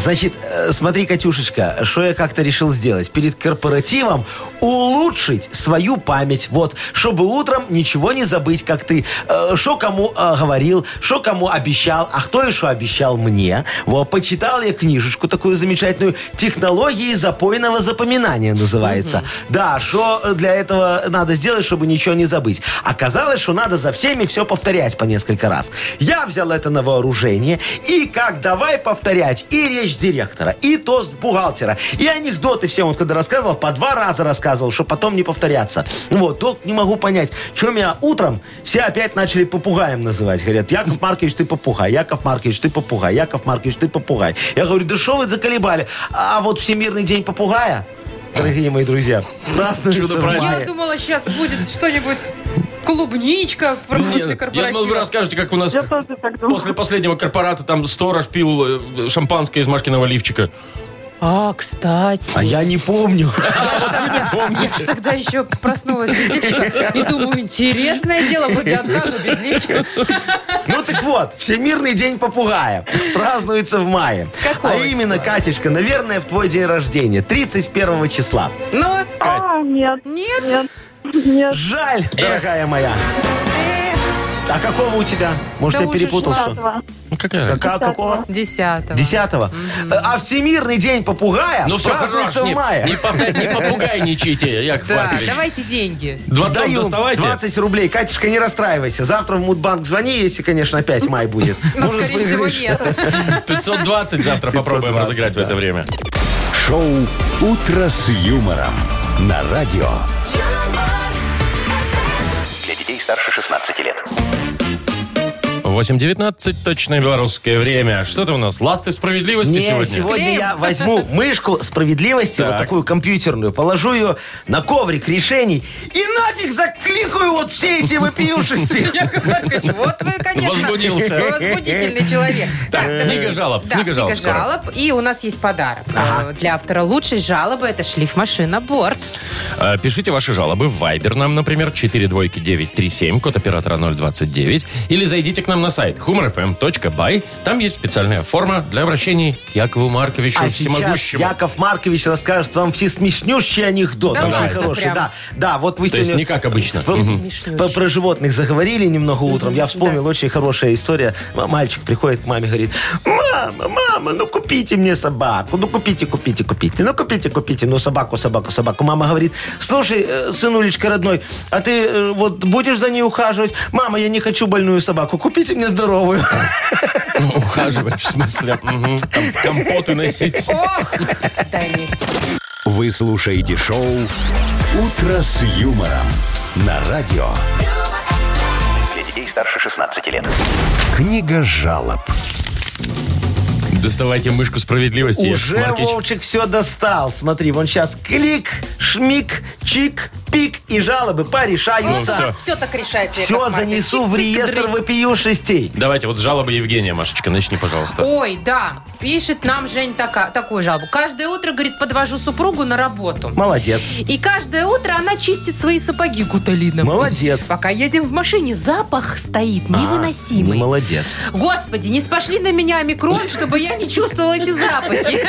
S4: Значит, э, смотри, Катюшечка, что я как-то решил сделать. Перед корпоративом улучшить свою память. Вот, чтобы утром ничего не забыть, как ты. Что кому э, говорил, что кому обещал, а кто еще обещал мне. Вот, почитал я книжечку такую замечательную. «Технологии запойного запоминания» называется. Да, что для этого надо сделать, чтобы ничего не забыть. Оказалось, что надо за всеми все повторять по несколько раз. Я взял это на вооружение и как давай повторять. И речь директора, и тост бухгалтера, и анекдоты всем, вот когда рассказывал, по два раза рассказывал, чтобы потом не повторяться. Ну Вот, только не могу понять, что меня утром все опять начали попугаем называть. Говорят, Яков Маркович, ты попугай, Яков Маркович, ты попугай, Яков Маркович, ты попугай. Я говорю, да что вы заколебали? А вот Всемирный день попугая, дорогие мои друзья, празднуется в
S2: Чудо-праздник.
S4: мае.
S3: Я думала, сейчас будет что-нибудь клубничка в- после
S2: Нет, Я думал, вы
S3: корпоратива.
S2: расскажете, как у нас
S6: Я тоже так
S2: Э,
S6: думаю.
S2: после последнего корпората там сторож пил э, шампанское из Машкиного лифчика.
S3: А, кстати.
S4: А я не помню.
S3: Я ж тогда, я ж тогда еще проснулась без лифчика и думаю, интересное дело, вроде одна, но без лифчика.
S4: Ну так вот, Всемирный день попугая празднуется в мае.
S3: Какого
S4: а именно, Катюшка, наверное, в твой день рождения, 31 числа.
S3: Ну,
S6: А, нет,
S3: нет.
S6: нет, нет.
S4: Жаль, дорогая моя.
S3: э,
S4: А какого у тебя? Может,
S3: Да
S4: я
S3: уже
S4: перепутал,
S3: ж
S4: что?
S6: Ладно.
S2: Ну, какая разница?
S4: Кака- а какого?
S3: Десятого.
S4: Десятого. А Всемирный день попугая
S2: Ну все, хорош,
S4: празднуется
S2: не,
S4: в мае.
S2: не, повторяй, не попугайничайте, Яков
S3: Да,
S2: Маркович.
S3: давайте деньги.
S2: Двадцать
S4: Даю
S2: доставайте.
S4: 20 рублей. Катюшка, не расстраивайся. Завтра в Мудбанк звони, если, конечно, опять май будет.
S3: Но,
S4: Может,
S3: Ну, скорее всего,
S4: выиграешь.
S3: нет.
S2: 520 завтра попробуем
S4: 520,
S2: разыграть в это время.
S1: Шоу «Утро с юмором» на радио.
S8: юмор,
S9: Для детей старше 16 лет.
S2: 8.19, точное белорусское время. Что там у нас? Ласты справедливости
S4: Не,
S2: сегодня?
S4: сегодня, я возьму мышку справедливости,
S2: Так.
S4: вот такую компьютерную, положу ее на коврик решений и нафиг закликаю вот все эти вопиюшисти.
S3: Яков Маркович, вот вы, конечно,
S2: Возбудился.
S3: возбудительный человек.
S2: Так, книга
S3: давайте.
S2: жалоб,
S3: Да,
S2: книга жалоб скоро.
S3: жалоб. И у нас есть подарок. Э, Для автора лучшей жалобы это шлифмашина Борт.
S2: Э, Пишите ваши жалобы в Viber нам, например, 42937, код оператора 029, или зайдите к нам на сайт humorfm.by. Там есть специальная форма для обращений к Якову Марковичу
S4: А сейчас
S2: Всемогущему.
S4: Яков Маркович расскажет вам все смешнющие анекдоты.
S3: Да
S4: наши
S3: ладно,
S4: хорошие.
S3: прям.
S4: Да, да, вот вы
S2: То есть
S4: сегодня
S2: не как обычно.
S4: Вы-
S2: Мгм.
S3: смешнющие.
S4: Про, про животных заговорили немного утром. Я вспомнил очень хорошая история. М- Мальчик приходит к маме говорит, мама, мама, ну купите мне собаку. Ну купите, купите, купите. Ну купите, купите. Ну собаку, собаку, собаку. Мама говорит, слушай, э, сынулечка родной, а ты э, вот будешь за ней ухаживать? Мама, я не хочу больную собаку. Купите мне здоровую.
S2: Ну, Ухаживать, в смысле. Мгм. Там компоты носить.
S3: Дай мне силу.
S2: Ну
S1: Вы слушаете шоу «Утро с юмором» на радио.
S9: Для детей старше 16 лет.
S1: Книга жалоб.
S2: Доставайте мышку справедливости, Яков
S4: Уже
S2: Маркович.
S4: Вовчик все достал. Смотри, вон сейчас клик, шмик, чик, пик и жалобы
S3: Вот у
S4: порешаются.
S3: вас все так решается. Яков
S4: Все
S3: Маркович.
S4: занесу в реестр
S3: Тык-тык-дрык.
S4: вопиюшестей.
S2: Давайте, вот жалоба Евгения, Машечка, начни, пожалуйста.
S3: Ой, да. Пишет нам Жень така- такую жалобу. Каждое утро, говорит, подвожу супругу на работу.
S4: Молодец.
S3: И каждое утро она чистит свои сапоги гуталином.
S4: Молодец.
S3: Пока едем в машине, запах стоит
S4: Не
S3: невыносимый.
S4: молодец.
S3: Господи, не спошли на меня омикрон, чтобы я не чувствовала эти запахи.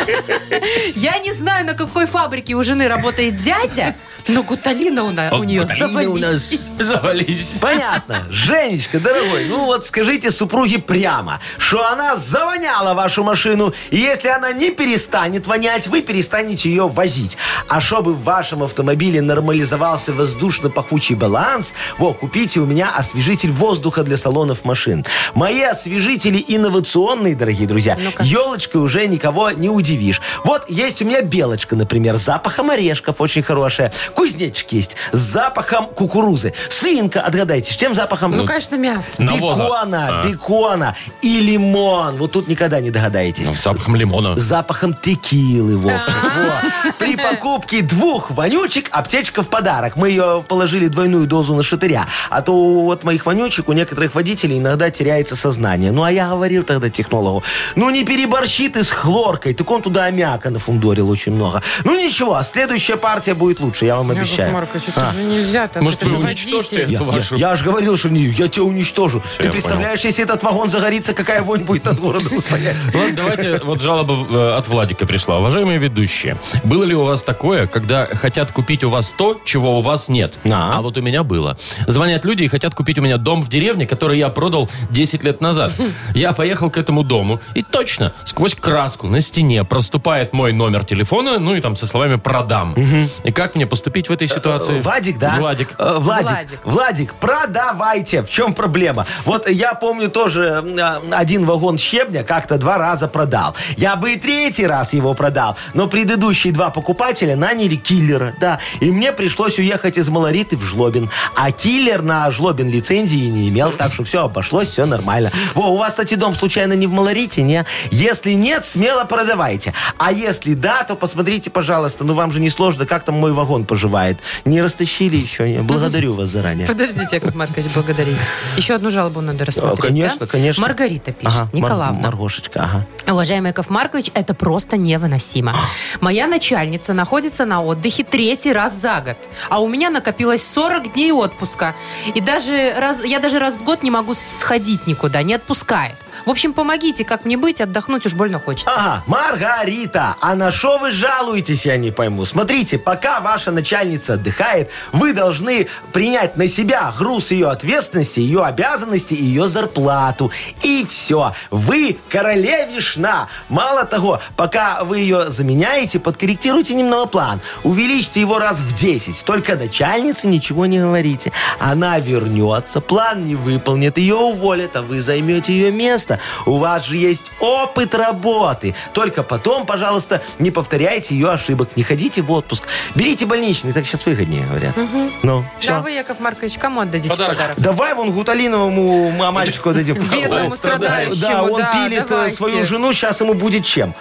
S3: Я не знаю, на какой фабрике у жены работает дядя, но гуталина у,
S4: А
S3: на- у нее
S2: Гуталины у нас
S3: завались.
S2: завались.
S4: Понятно. Женечка, дорогой, ну вот скажите супруге прямо, что она завоняла вашу машину, и если она не перестанет вонять, вы перестанете ее возить. А чтобы в вашем автомобиле нормализовался воздушно-пахучий баланс, во, купите у меня освежитель воздуха для салонов машин. Мои освежители инновационные, дорогие друзья. Елочкой уже никого не удивишь. Вот есть у меня белочка, например, с запахом орешков, очень хорошая. Кузнечик есть с запахом кукурузы. Свинка, отгадайте, с чем запахом?
S3: Ну, конечно, мясо.
S2: Навоза.
S4: Бекона,
S2: А.
S4: бекона и лимон. Вот тут никогда не догадаетесь.
S2: Ну, с запахом лимона.
S4: С запахом текилы, Вовчик. Во. При покупке двух вонючек аптечка в подарок. Мы ее положили двойную дозу на шатыря. А то у- от моих вонючек у некоторых водителей иногда теряется сознание. Ну, а я говорил тогда технологу, ну, не переборщи ты с хлоркой. Так он туда аммиака нафундорил очень много. Ну, ничего, следующая партия будет лучше, я вам обещаю.
S3: это же нельзя так.
S2: Может, вы уничтожите
S4: Я,
S2: эту вашу?
S4: же говорил, что не, я тебя уничтожу.
S2: я
S4: Ты представляешь, если этот вагон загорится, какая вонь будет над городом стоять?
S2: Ладно, давайте, вот жалоба э, от Владика пришла. Уважаемые ведущие, было ли у вас такое, когда хотят купить у вас то, чего у вас нет?
S4: Да.
S2: А вот у меня было. Звонят люди и хотят купить у меня дом в деревне, который я продал 10 лет назад. Я поехал к этому дому, и точно, сквозь краску на стене проступает мой номер телефона, ну и там со словами «продам». И как мне поступить в этой ситуации.
S4: Вадик, да?
S2: Владик.
S4: Э, Владик.
S3: Владик.
S4: Владик. продавайте. В чем проблема? Вот я помню тоже э, один вагон щебня как-то два раза продал. Я бы и третий раз его продал, но предыдущие два покупателя наняли киллера, да. И мне пришлось уехать из Малориты в Жлобин. А киллер на Жлобин лицензии не имел, так что все обошлось, все нормально. Во, у вас, кстати, дом случайно не в Малорите, не? Если нет, смело продавайте. А если да, то посмотрите, пожалуйста, ну вам же не сложно, как там мой вагон поживает. Не растащили еще, не? Благодарю вас заранее.
S3: Подождите, Яков Маркович, благодарить. Еще одну жалобу надо рассмотреть.
S4: А, конечно,
S3: да?
S4: конечно.
S3: Маргарита пишет,
S4: Ага, Мар-
S3: Николаевна.
S4: Маргошечка, ага.
S3: Уважаемый Яков Маркович, это просто невыносимо. Моя начальница находится на отдыхе третий раз за год, а у меня накопилось 40 дней отпуска. И даже раз, я даже раз в год не могу сходить никуда, не отпускает. В общем, помогите, как мне быть, отдохнуть уж больно хочется.
S4: Ага, Маргарита, а на что вы жалуетесь, я не пойму. Смотрите, пока ваша начальница отдыхает, вы должны принять на себя груз ее ответственности, ее обязанности и ее зарплату. И все. Вы королевишна. Мало того, пока вы ее заменяете, подкорректируйте немного план. Увеличьте его раз в 10. Только начальнице ничего не говорите. Она вернется, план не выполнит, ее уволят, а вы займете ее место. У вас же есть опыт работы. Только потом, пожалуйста, не повторяйте ее ошибок, не ходите в отпуск. Берите больничный, так сейчас выгоднее, говорят. Ну, все.
S3: Да вы, Яков Маркович, кому отдадите
S2: Подарок.
S3: подарок?
S4: Давай вон Гуталиновому м- мальчику дадим.
S3: Бедному
S2: Ой, страдаю.
S3: страдающему,
S4: Да, он пилит э,
S3: давайте.
S4: свою жену, сейчас ему будет чем.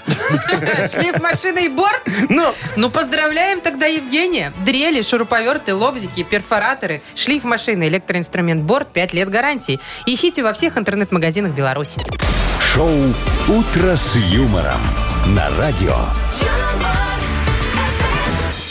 S3: Шлиф машины и борт?
S4: Ну,
S3: Ну, поздравляем тогда Евгения. Дрели, шуруповерты, лобзики, перфораторы, шлиф машины, электроинструмент борт, 5 лет гарантии. Ищите во всех интернет-магазинах Беларуси.
S1: Шоу «Утро с юмором» на радио.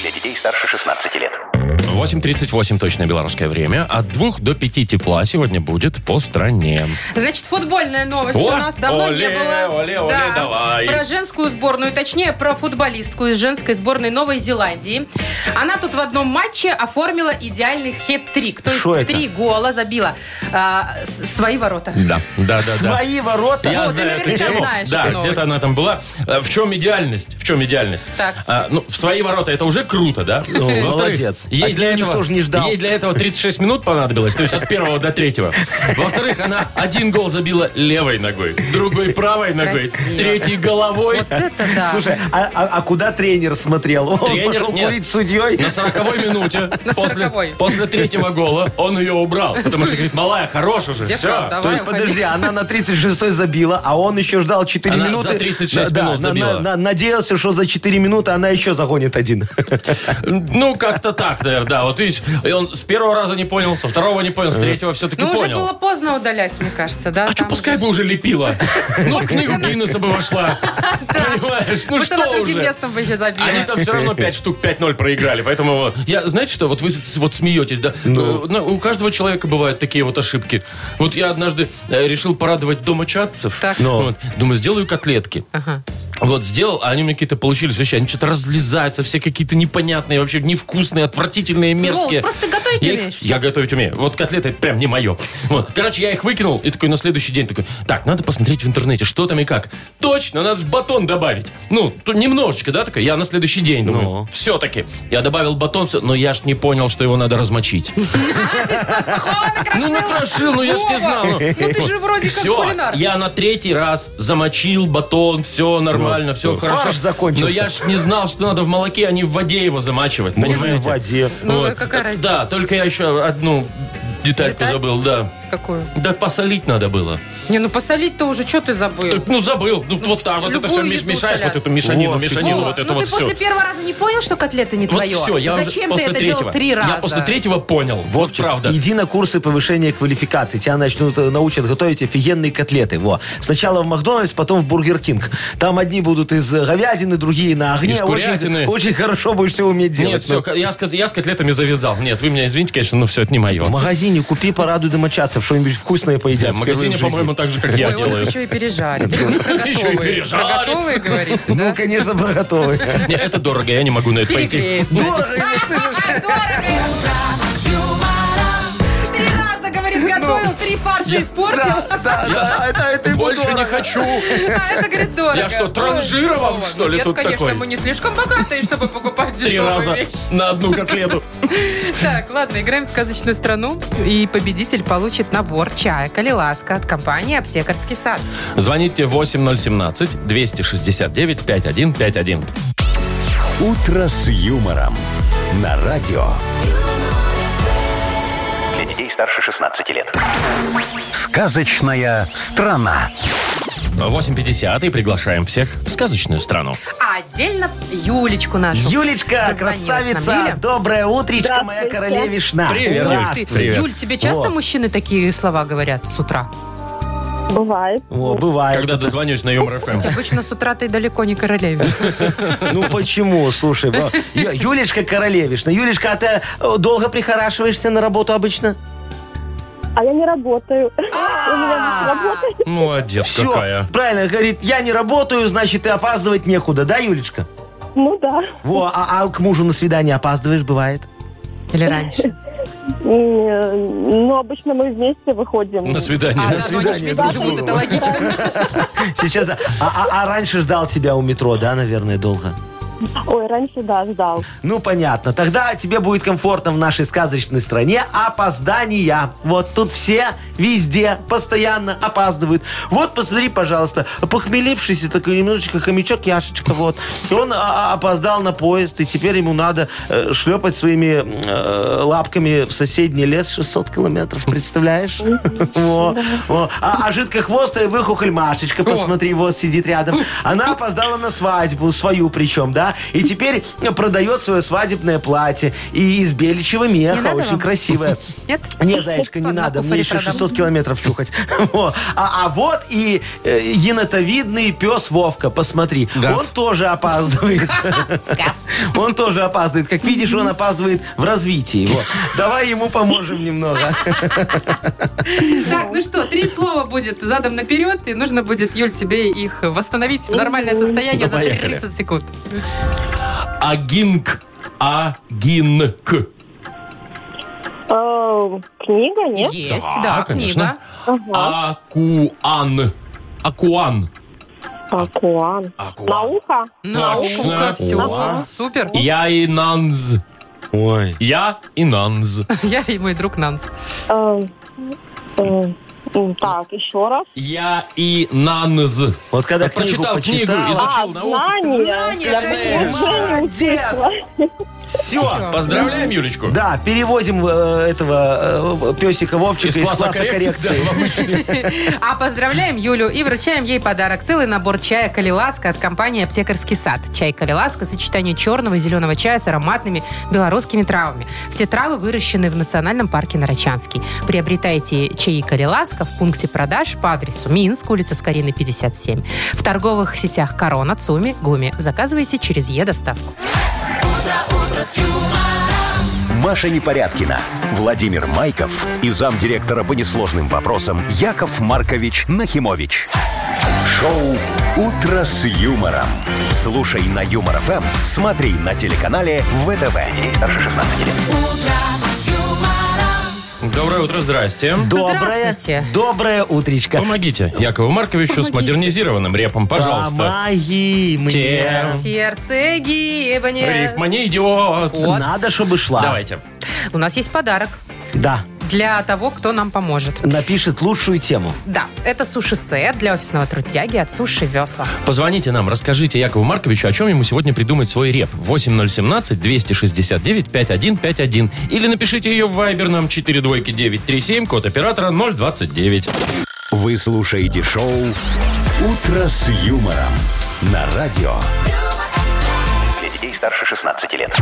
S9: Для детей старше 16 лет.
S2: 8.38 точное белорусское время. От 2 до 5 тепла сегодня будет по стране.
S3: Значит, футбольная новость
S2: О,
S3: у нас давно
S2: оле,
S3: не было.
S2: оле, оле, давай.
S3: Про женскую сборную, точнее, про футболистку из женской сборной Новой Зеландии. Она тут в одном матче оформила идеальный хет-трик. То есть
S4: Шо это?
S3: три гола забила а, с- в свои ворота.
S2: Да, да, да, да.
S4: свои ворота.
S2: Я
S3: Вот, ты
S2: знаю эту
S3: наверняка
S2: тему.
S3: знаешь
S2: да,
S3: эту новость.
S2: где-то она там была. Э, В чем идеальность? В чем идеальность?
S3: Так.
S2: А, ну, в свои ворота это уже круто, да? Во-вторых,
S4: Ну, молодец.
S2: Ей
S4: От
S2: для,
S4: нее
S2: этого,
S4: никто же не ждал.
S2: ей для этого 36 минут понадобилось, то есть от первого до третьего. Во-вторых, она один гол забила левой ногой, другой правой ногой,
S3: Красиво.
S2: третий головой.
S3: Вот это да.
S4: Слушай, а, а- а куда тренер смотрел? Он
S2: Тренер
S4: пошел
S2: нет. Ну,
S4: курить с судьей?
S2: На сороковой минуте,
S3: На
S2: после,
S3: 40-й.
S2: после третьего гола, он ее убрал. Потому что говорит, малая, хорош уже,
S3: Девка,
S2: все.
S3: давай
S4: То есть,
S3: уходи.
S4: подожди, она на 36-й забила, а он еще ждал 4
S2: Она
S4: минуты.
S2: за 36
S4: Да,
S2: минут
S4: на- на-
S2: забила.
S4: на- надеялся, что за 4 минуты она еще загонит один.
S2: Ну, как-то так, наверное, да. Вот видишь, и он с первого раза не понял, со второго не понял, с третьего все-таки
S3: Ну, уже
S2: понял.
S3: было поздно удалять, мне кажется, да?
S2: А что,
S3: Там
S2: пускай
S3: уже
S2: бы уже лепила. Ну, в книгу Гиннесса бы вошла. Понимаешь? Ну,
S3: Вот она
S2: что
S3: другим
S2: уже? А
S3: местом бы еще забила.
S2: Они там все равно 5 штук 5-0 проиграли. Поэтому я, знаете что, вот вы с- вот смеетесь, да? Э, ну, У каждого человека бывают такие вот ошибки. Вот я однажды э, решил порадовать дома чадцев.
S3: Так.
S4: Но.
S2: Вот. Думаю, сделаю котлетки.
S3: Ага.
S2: Вот, сделал, а они у меня какие-то получились. Вообще, они что-то разлезаются, все какие-то непонятные, вообще невкусные, отвратительные, мерзкие.
S3: Ну, просто ты готовить не
S2: Я их-
S3: умеешь.
S2: Я готовить умею. Вот котлеты это прям не мое. Вот. Короче, я их выкинул и такой на следующий день такой, так, надо посмотреть в интернете, что там и как. Точно, надо же батон добавить. Ну, то немножечко, да, такой. Я на следующий день думаю,
S4: Ну.
S2: все-таки. Я добавил батон, всё, но я ж не понял, что его надо размочить.
S3: А,
S2: Ну, накрошил, ну я ж не
S3: Вова,
S2: знал.
S3: ну ты же вроде как
S2: Всё,
S3: кулинар.
S2: я на третий раз замочил батон, все нормально, все хорошо.
S4: фарш закончился.
S2: Но я ж не знал, что надо в молоке, а не в воде его замачивать,
S4: Можно и
S2: понимаете?
S4: в воде.
S3: Ну,
S2: Вот.
S3: какая разница?
S2: Да, только я еще одну детальку
S3: Деталь?
S2: забыл, да.
S3: Какую?
S2: Да посолить надо было.
S3: Не, ну посолить-то уже, что ты забыл?
S2: Ну, забыл. Ну, вот так вот это все
S3: любую
S2: меш-
S3: еду
S2: мешаешь,
S3: солят.
S2: вот эту мешанину,
S4: Вовчик,
S2: мешанину,
S3: Вова,
S2: вот это
S3: ну
S2: вот
S3: ты после
S2: все.
S3: первого раза не понял, что котлеты не
S2: Вот
S3: твое?
S2: все, я уже
S3: Зачем ты
S2: после
S3: это
S2: третьего.
S3: делал три раза?
S2: Я после третьего понял. Вот правда.
S4: Иди на курсы повышения квалификации. Тебя начнут, э, научат готовить офигенные котлеты. Во. Сначала в Макдональдс, потом в Бургер Кинг. Там одни будут из э, говядины, другие на огне.
S2: Из курятины.
S4: очень, очень хорошо будешь все уметь делать.
S2: Нет, все,
S4: Ну,
S2: я, с кот- я с котлетами завязал. Нет, вы меня извините, конечно, но все, это не мое.
S4: В магазине купи, порадуй домочадцев, что-нибудь вкусное поедят.
S2: В магазине,
S4: впервые в жизни.
S2: по-моему, так же, как я
S3: Ой, он
S2: делаю.
S3: их еще и пережарит. Вы про
S2: Еще и
S3: готовые.
S2: пережарит.
S3: Про готовые говорите,
S4: Ну,
S3: да?
S4: конечно, мы готовы.
S2: Не, это дорого, я не могу на это пойти.
S3: Перегреется.
S4: Дорого, конечно, же.
S3: Дорого. Три раза, говорит, готовил, три фарша Саша испортил,
S4: Да, да, да, это, это ему
S2: Больше не
S4: дорого.
S2: хочу.
S3: а это, говорит, дорого.
S2: Я что, транжировал,
S3: Ой,
S2: что ли,
S3: Нет,
S2: тут
S3: конечно,
S2: такой?
S3: мы не слишком богатые, чтобы покупать
S2: Три
S3: дешевые
S2: раза
S3: вещи.
S2: на одну котлету.
S3: Так, ладно, играем в сказочную страну. И победитель получит набор чая «Калиласка» от компании «Аптекарский сад».
S2: Звоните 8017-269-5151.
S1: «Утро с юмором» на радио.
S9: Для детей старше 16 лет.
S1: Сказочная страна.
S2: 8.50 и приглашаем всех в сказочную страну.
S3: А отдельно Юлечку нашу.
S4: Юлечка,
S3: Дозвонилась нам
S4: красавица,
S3: Юля.
S4: доброе утречко, моя королевишна.
S2: Привет,
S4: Здравствуй.
S2: Юль, привет.
S3: Юль, тебе часто
S4: Вот.
S3: мужчины такие слова говорят с утра?
S6: Бывает.
S4: О, бывает.
S2: Когда дозвонюсь на Юмор эм. ФМ.
S3: Обычно с утра ты далеко не королева.
S4: Ну почему? Слушай, во- Ю- Юлечка Королевишна. Юлечка, а ты э, долго прихорашиваешься на работу обычно?
S6: А я не работаю. У меня нет работы.
S2: Молодец
S4: Все,
S2: Ну, а какая.
S4: правильно, говорит, я не работаю, значит, и опаздывать некуда, да, Юлечка?
S6: Ну да.
S4: Во, а, а к мужу на свидание опаздываешь, бывает?
S3: Или раньше.
S6: М, Ну, обычно мы вместе выходим.
S2: На свидание.
S3: А, да, но они ж вместе живут, это логично.
S4: Сейчас, а, а- а раньше ждал тебя у метро, да, наверное, долго?
S6: Ой, раньше, да, ждал.
S4: Ну, понятно. Тогда тебе будет комфортно в нашей сказочной стране опоздания. Вот тут все, везде, постоянно опаздывают. Вот, посмотри, пожалуйста, похмелившийся такой немножечко хомячок Яшечка, вот. И Он а, а, опоздал на поезд, и теперь ему надо э, шлепать своими э, лапками в соседний лес 600 километров, представляешь? Во, во. А а жидкохвостая выхухоль Машечка, посмотри, вот сидит рядом. Она опоздала на свадьбу, свою причем, да, и теперь продает свое свадебное платье и из беличьего меха,
S3: надо
S4: очень
S3: вам?
S4: красивое.
S3: Нет?
S4: Не, Заячка, не
S3: Ладно,
S4: надо,
S3: куфари
S4: мне еще
S3: продам.
S4: 600 километров чухать. Во. А, а вот и э, енотовидный пес Вовка, посмотри.
S2: Гав.
S4: Он тоже опаздывает. Он тоже опаздывает. Как видишь, он опаздывает в развитии. Вот. Давай ему поможем немного.
S3: Так, ну что, три слова будет задом наперед, и нужно будет, Юль, тебе их восстановить в нормальное состояние
S2: Ну,
S3: за
S2: поехали.
S3: 30 секунд.
S2: Агинг. Агинг.
S6: Э, Книга, нет?
S3: Есть,
S2: Да,
S3: да,
S2: конечно.
S3: книга.
S6: Ага.
S2: Акуан. Акуан.
S6: Акуан.
S2: Акуан.
S6: Наука?
S3: Наука,
S2: Точно.
S3: все.
S2: О.
S3: Супер.
S2: Я и Нанз.
S4: Ой.
S2: Я и Нанз.
S3: Я и мой друг Нанс.
S6: Э, э, м, Так, еще раз.
S2: Я и Нанз.
S4: Вот когда
S2: Вот
S4: книгу
S2: прочитал книгу
S4: почитал,
S2: и за- Изучил
S6: А,
S2: науку.
S6: знание.
S3: Знание, конечно.
S6: Уже не услышала.
S4: все.
S2: Поздравляем Юлечку.
S4: Да, переводим э, этого э, песика Вовчика из класса,
S2: да,
S4: коррекции.
S2: в обычный.
S3: А поздравляем Юлю и вручаем ей подарок. Целый набор чая «Калиласка» от компании «Аптекарский сад». Чай «Калиласка» – сочетание черного и зеленого чая с ароматными белорусскими травами. Все травы выращены в Национальном парке Нарочанский. Приобретайте чаи «Калиласка» в пункте продаж по адресу Минск, улица Скорины, 57. В торговых сетях «Корона», «Цуми», «Гуми». Заказывайте через Е-доставку.
S1: Маша Непорядкина, Владимир Майков и замдиректора по несложным вопросам Яков Маркович Нахимович. Шоу «Утро с юмором». Слушай на Юмор ФМ, смотри на телеканале ВТВ. Ей старше 16 лет.
S2: Доброе утро, здрасте.
S4: Доброе,
S3: Здравствуйте.
S4: доброе утречко.
S2: Помогите Якову Марковичу с модернизированным репом, пожалуйста.
S4: Помоги мне.
S2: Те.
S3: Сердце гибнет.
S2: Рифмане идиот.
S3: Вот.
S4: Надо, чтобы шла.
S2: Давайте.
S3: У нас есть подарок
S4: Да.
S3: для того, кто нам поможет.
S4: Напишет лучшую тему.
S3: Да, это суши-сет для офисного трудяги от Суши Весла.
S2: Позвоните нам, расскажите Якову Марковичу, о чем ему сегодня придумать свой реп. 8017-269-5151. Или напишите ее в Viber нам 42937, код оператора 029.
S1: Вы слушаете шоу «Утро с юмором» на радио
S9: Для детей старше 16 лет.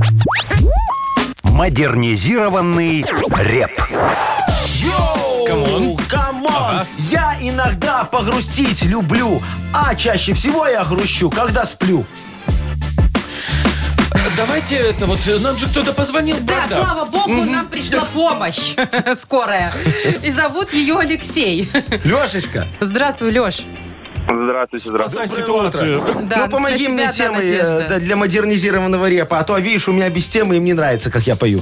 S1: «Модернизированный реп».
S4: Йоу!
S2: Камон.
S4: Камон!
S2: Ага.
S4: Я иногда погрустить люблю, а чаще всего я грущу, когда сплю.
S2: Давайте это вот, э, нам же кто-то позвонил,
S3: Да,
S2: правда?
S3: слава богу, нам пришла помощь скорая. И зовут ее Алексей.
S4: Лешечка,
S3: Здравствуй, Леш.
S7: Здравствуйте, здравствуйте.
S2: За ситуацию.
S3: Да,
S4: ну помоги
S3: на
S4: мне
S3: тебя одна
S4: темой э,
S3: надежда.
S4: да, для модернизированного репа, а то, видишь, у меня без темы, им не нравится, как я пою.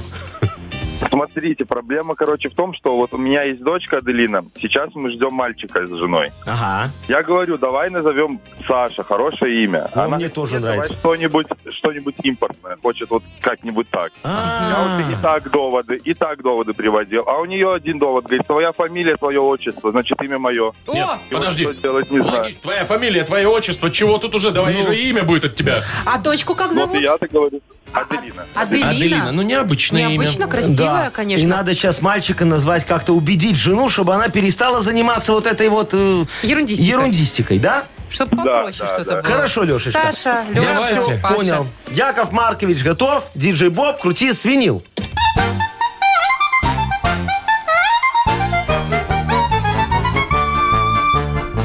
S7: Смотрите, проблема, короче, в том, что вот у меня есть дочка Аделина. Сейчас мы ждем мальчика с женой.
S4: Ага.
S7: Я говорю, давай назовем Саша, хорошее имя.
S4: Ну, мне тоже
S7: «Давай
S4: нравится.
S7: что-нибудь, что-нибудь импортное. Хочет вот как-нибудь так. Я вот и
S4: А,
S7: так доводы, и так доводы приводил. А у нее один довод, говорит, твоя фамилия, твое отчество, значит, имя мое.
S2: Нет,
S3: О,
S7: И вот
S2: подожди.
S7: что делать, не знаю.
S2: Логично, твоя фамилия, твое отчество, чего тут уже? Давай же имя будет от тебя.
S3: а дочку как
S7: Вот
S3: зовут?
S7: и я так говорю. Аделина.
S3: Аделина.
S2: ну необычное
S3: Необычно
S2: имя.
S3: красивая,
S4: да.
S3: конечно.
S4: И надо сейчас мальчика назвать, как-то убедить жену, чтобы она перестала заниматься вот этой вот э,
S3: Ерундистикой.
S4: ерундистикой, да?
S3: Чтобы попроще
S7: Да, да,
S3: что-то было.
S7: да.
S4: Хорошо, Лешечка.
S3: Саша, Леша,
S4: Я всё
S3: Паша.
S4: понял. Яков Маркович готов. Диджей Боб, крути свинил.